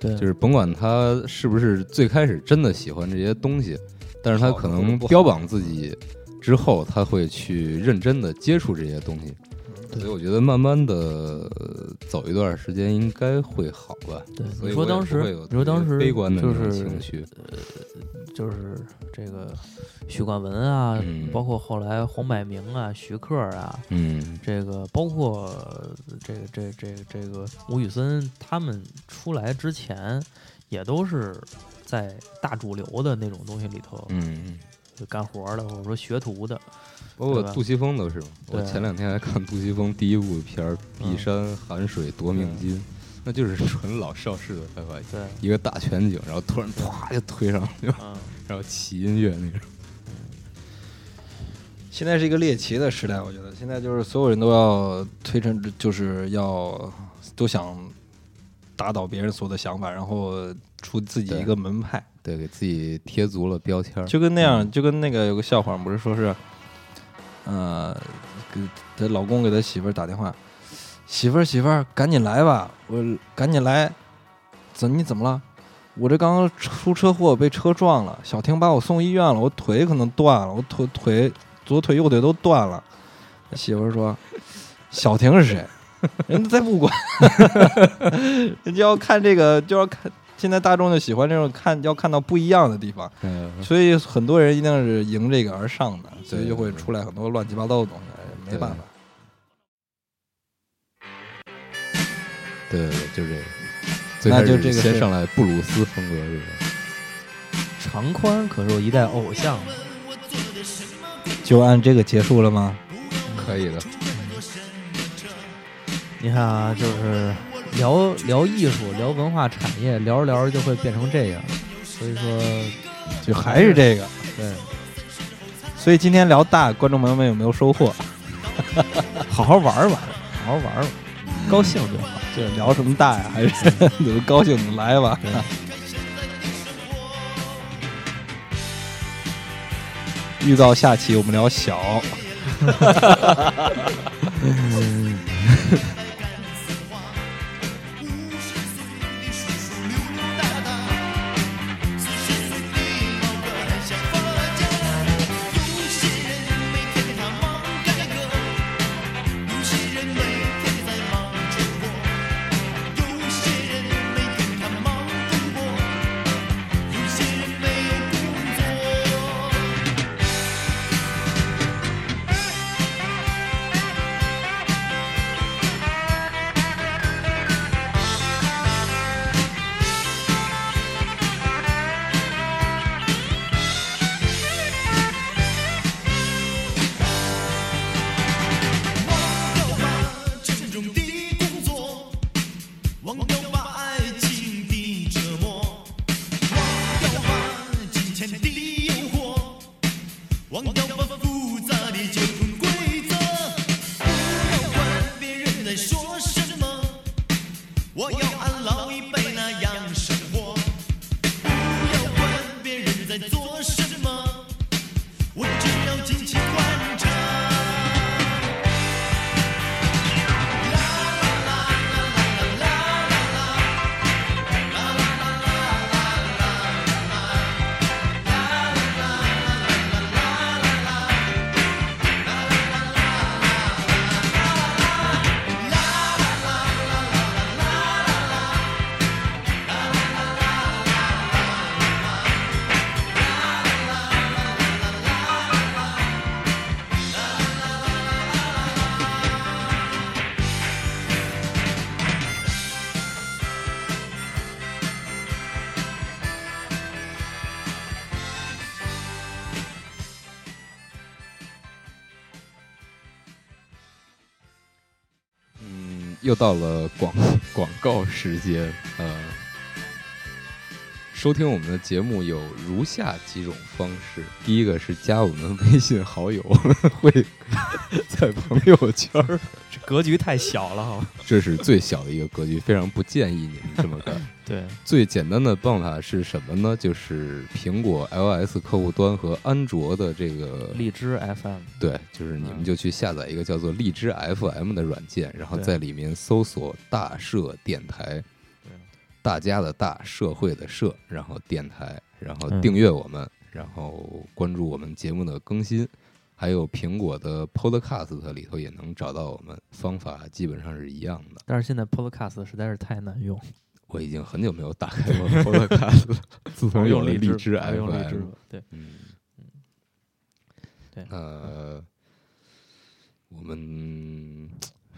A: 对，
C: 就是甭管他是不是最开始真的喜欢这些东西，但是他
B: 好
C: 可
B: 或者
C: 能
B: 不好
C: 标榜自己之后，他会去认真的接触这些东西。
A: 嗯
C: 所以我觉得慢慢的走一段时间应该会好吧。
A: 对
C: 所
A: 嗯
C: 以
A: 你说
C: 我也
A: 当
C: 不
A: 时
C: 会有
A: 你说当
C: 特别
A: 时
C: 悲观的那
A: 就
C: 种
A: 是
C: 情绪，
A: 就是这个许冠文啊，
C: 嗯
A: 包括后来黄百鸣啊、徐克啊，
C: 嗯
A: 这个包括呃这个这个这个这个吴宇森他们出来之前，也都是在大主流的那种东西里头
C: 嗯，
A: 干活的，或者说学徒的。
C: 包括
A: 对吧
C: 杜琪峰都是嘛。我
A: 对啊
C: 前两天还看杜琪峰第一部片儿《碧
A: 嗯啊
C: 山寒水夺命金》，那就是纯老邵氏的拍法，
A: 对，
C: 一个大全景，然后突然啪就推上，去，
A: 嗯，
C: (laughs) 然后起音乐那种。
B: 现在是一个猎奇的时代，我觉得现在就是所有人都要推陈，就是要都想打倒别人所有的想法，然后出自己一个门派，
C: 对，给自己贴足了标签儿。
B: 就跟那样，就跟那个有个笑话，不是说是，呃，给她老公给她媳妇儿打电话，媳妇儿媳妇儿赶紧来吧，我赶紧来，怎你怎么了？我这刚刚出车祸被车撞了，小婷把我送医院了，我腿可能断了，我腿腿左腿右腿都断了。媳妇儿说：“小婷是谁？人家才不管， (laughs) 人家要看这个，就要看。现在大众就喜欢这种看，要看到不一样的地方。
C: 嗯，
B: 所以很多人一定是迎这个而上的，所以
C: 对
B: 就会出来很多乱七八糟的东西，哎没办法。
C: 对对对，就这个。最
B: 那
C: 开
B: 就
C: 始
B: 这个
C: 先
B: 是
C: 上来布鲁斯风格这个，
A: 长宽可是我一代偶像。
B: 就按这个结束了吗？
C: 可以的。
A: 你看啊，就是聊聊艺术、聊文化产业，聊着聊着就会变成这样。所以说，
B: 就还是这个。
A: 对，
B: 所以今天聊大，观众朋友们有没有收获？
A: (laughs) 好好玩儿玩儿，好好玩儿玩儿，
C: 嗯
A: 高兴就好。
B: 这聊什么大呀？还是怎么高兴怎么来吧。预告下期我们聊小，
G: 「
H: 忘掉吧爱情的折磨，忘掉吧金钱的诱惑，忘掉吧复杂的结婚规则，不要管别人在说什么，我要按老一辈那样生活，不要管别人在做什么，我只要静静观察。
C: 嗯，又到了广广告时间，呃，收听我们的节目有如下几种方式：第一个是加我们微信好友， (laughs) 会在朋友圈儿，
A: 这格局太小了，好吧？
C: 这是最小的一个格局，非常不建议你们这么干。
A: 对，
C: 最简单的办法是什么呢？就是苹果 iOS 客户端和安卓的这个
A: 荔枝 FM，
C: 对，就是你们
A: 嗯
C: 就去下载一个叫做荔枝 FM 的软件，然后
A: 对
C: 在里面搜索“大社电台
A: 对”，
C: 大家的大社会的社，然后电台，然后
A: 嗯
C: 订阅我们，然后关注我们节目的更新，还有苹果的 Podcast 里头也能找到我们，方法基本上是一样的。
A: 但是现在 Podcast 实在是太难用，
C: 我已经很久没有打
A: (laughs)
C: 开过 Podcast 了，自从有了
A: 荔
C: 荔
A: 枝
C: 枝
A: 不用荔枝
C: FM
A: 了。，对，
C: 嗯，
A: 对
C: 呃，我们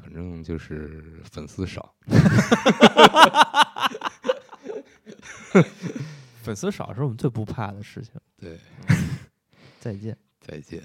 C: 反正就是粉丝少，
A: 粉丝少是我们最不怕的事情。嗯
C: 对， (laughs)
A: 再见。
C: 再见。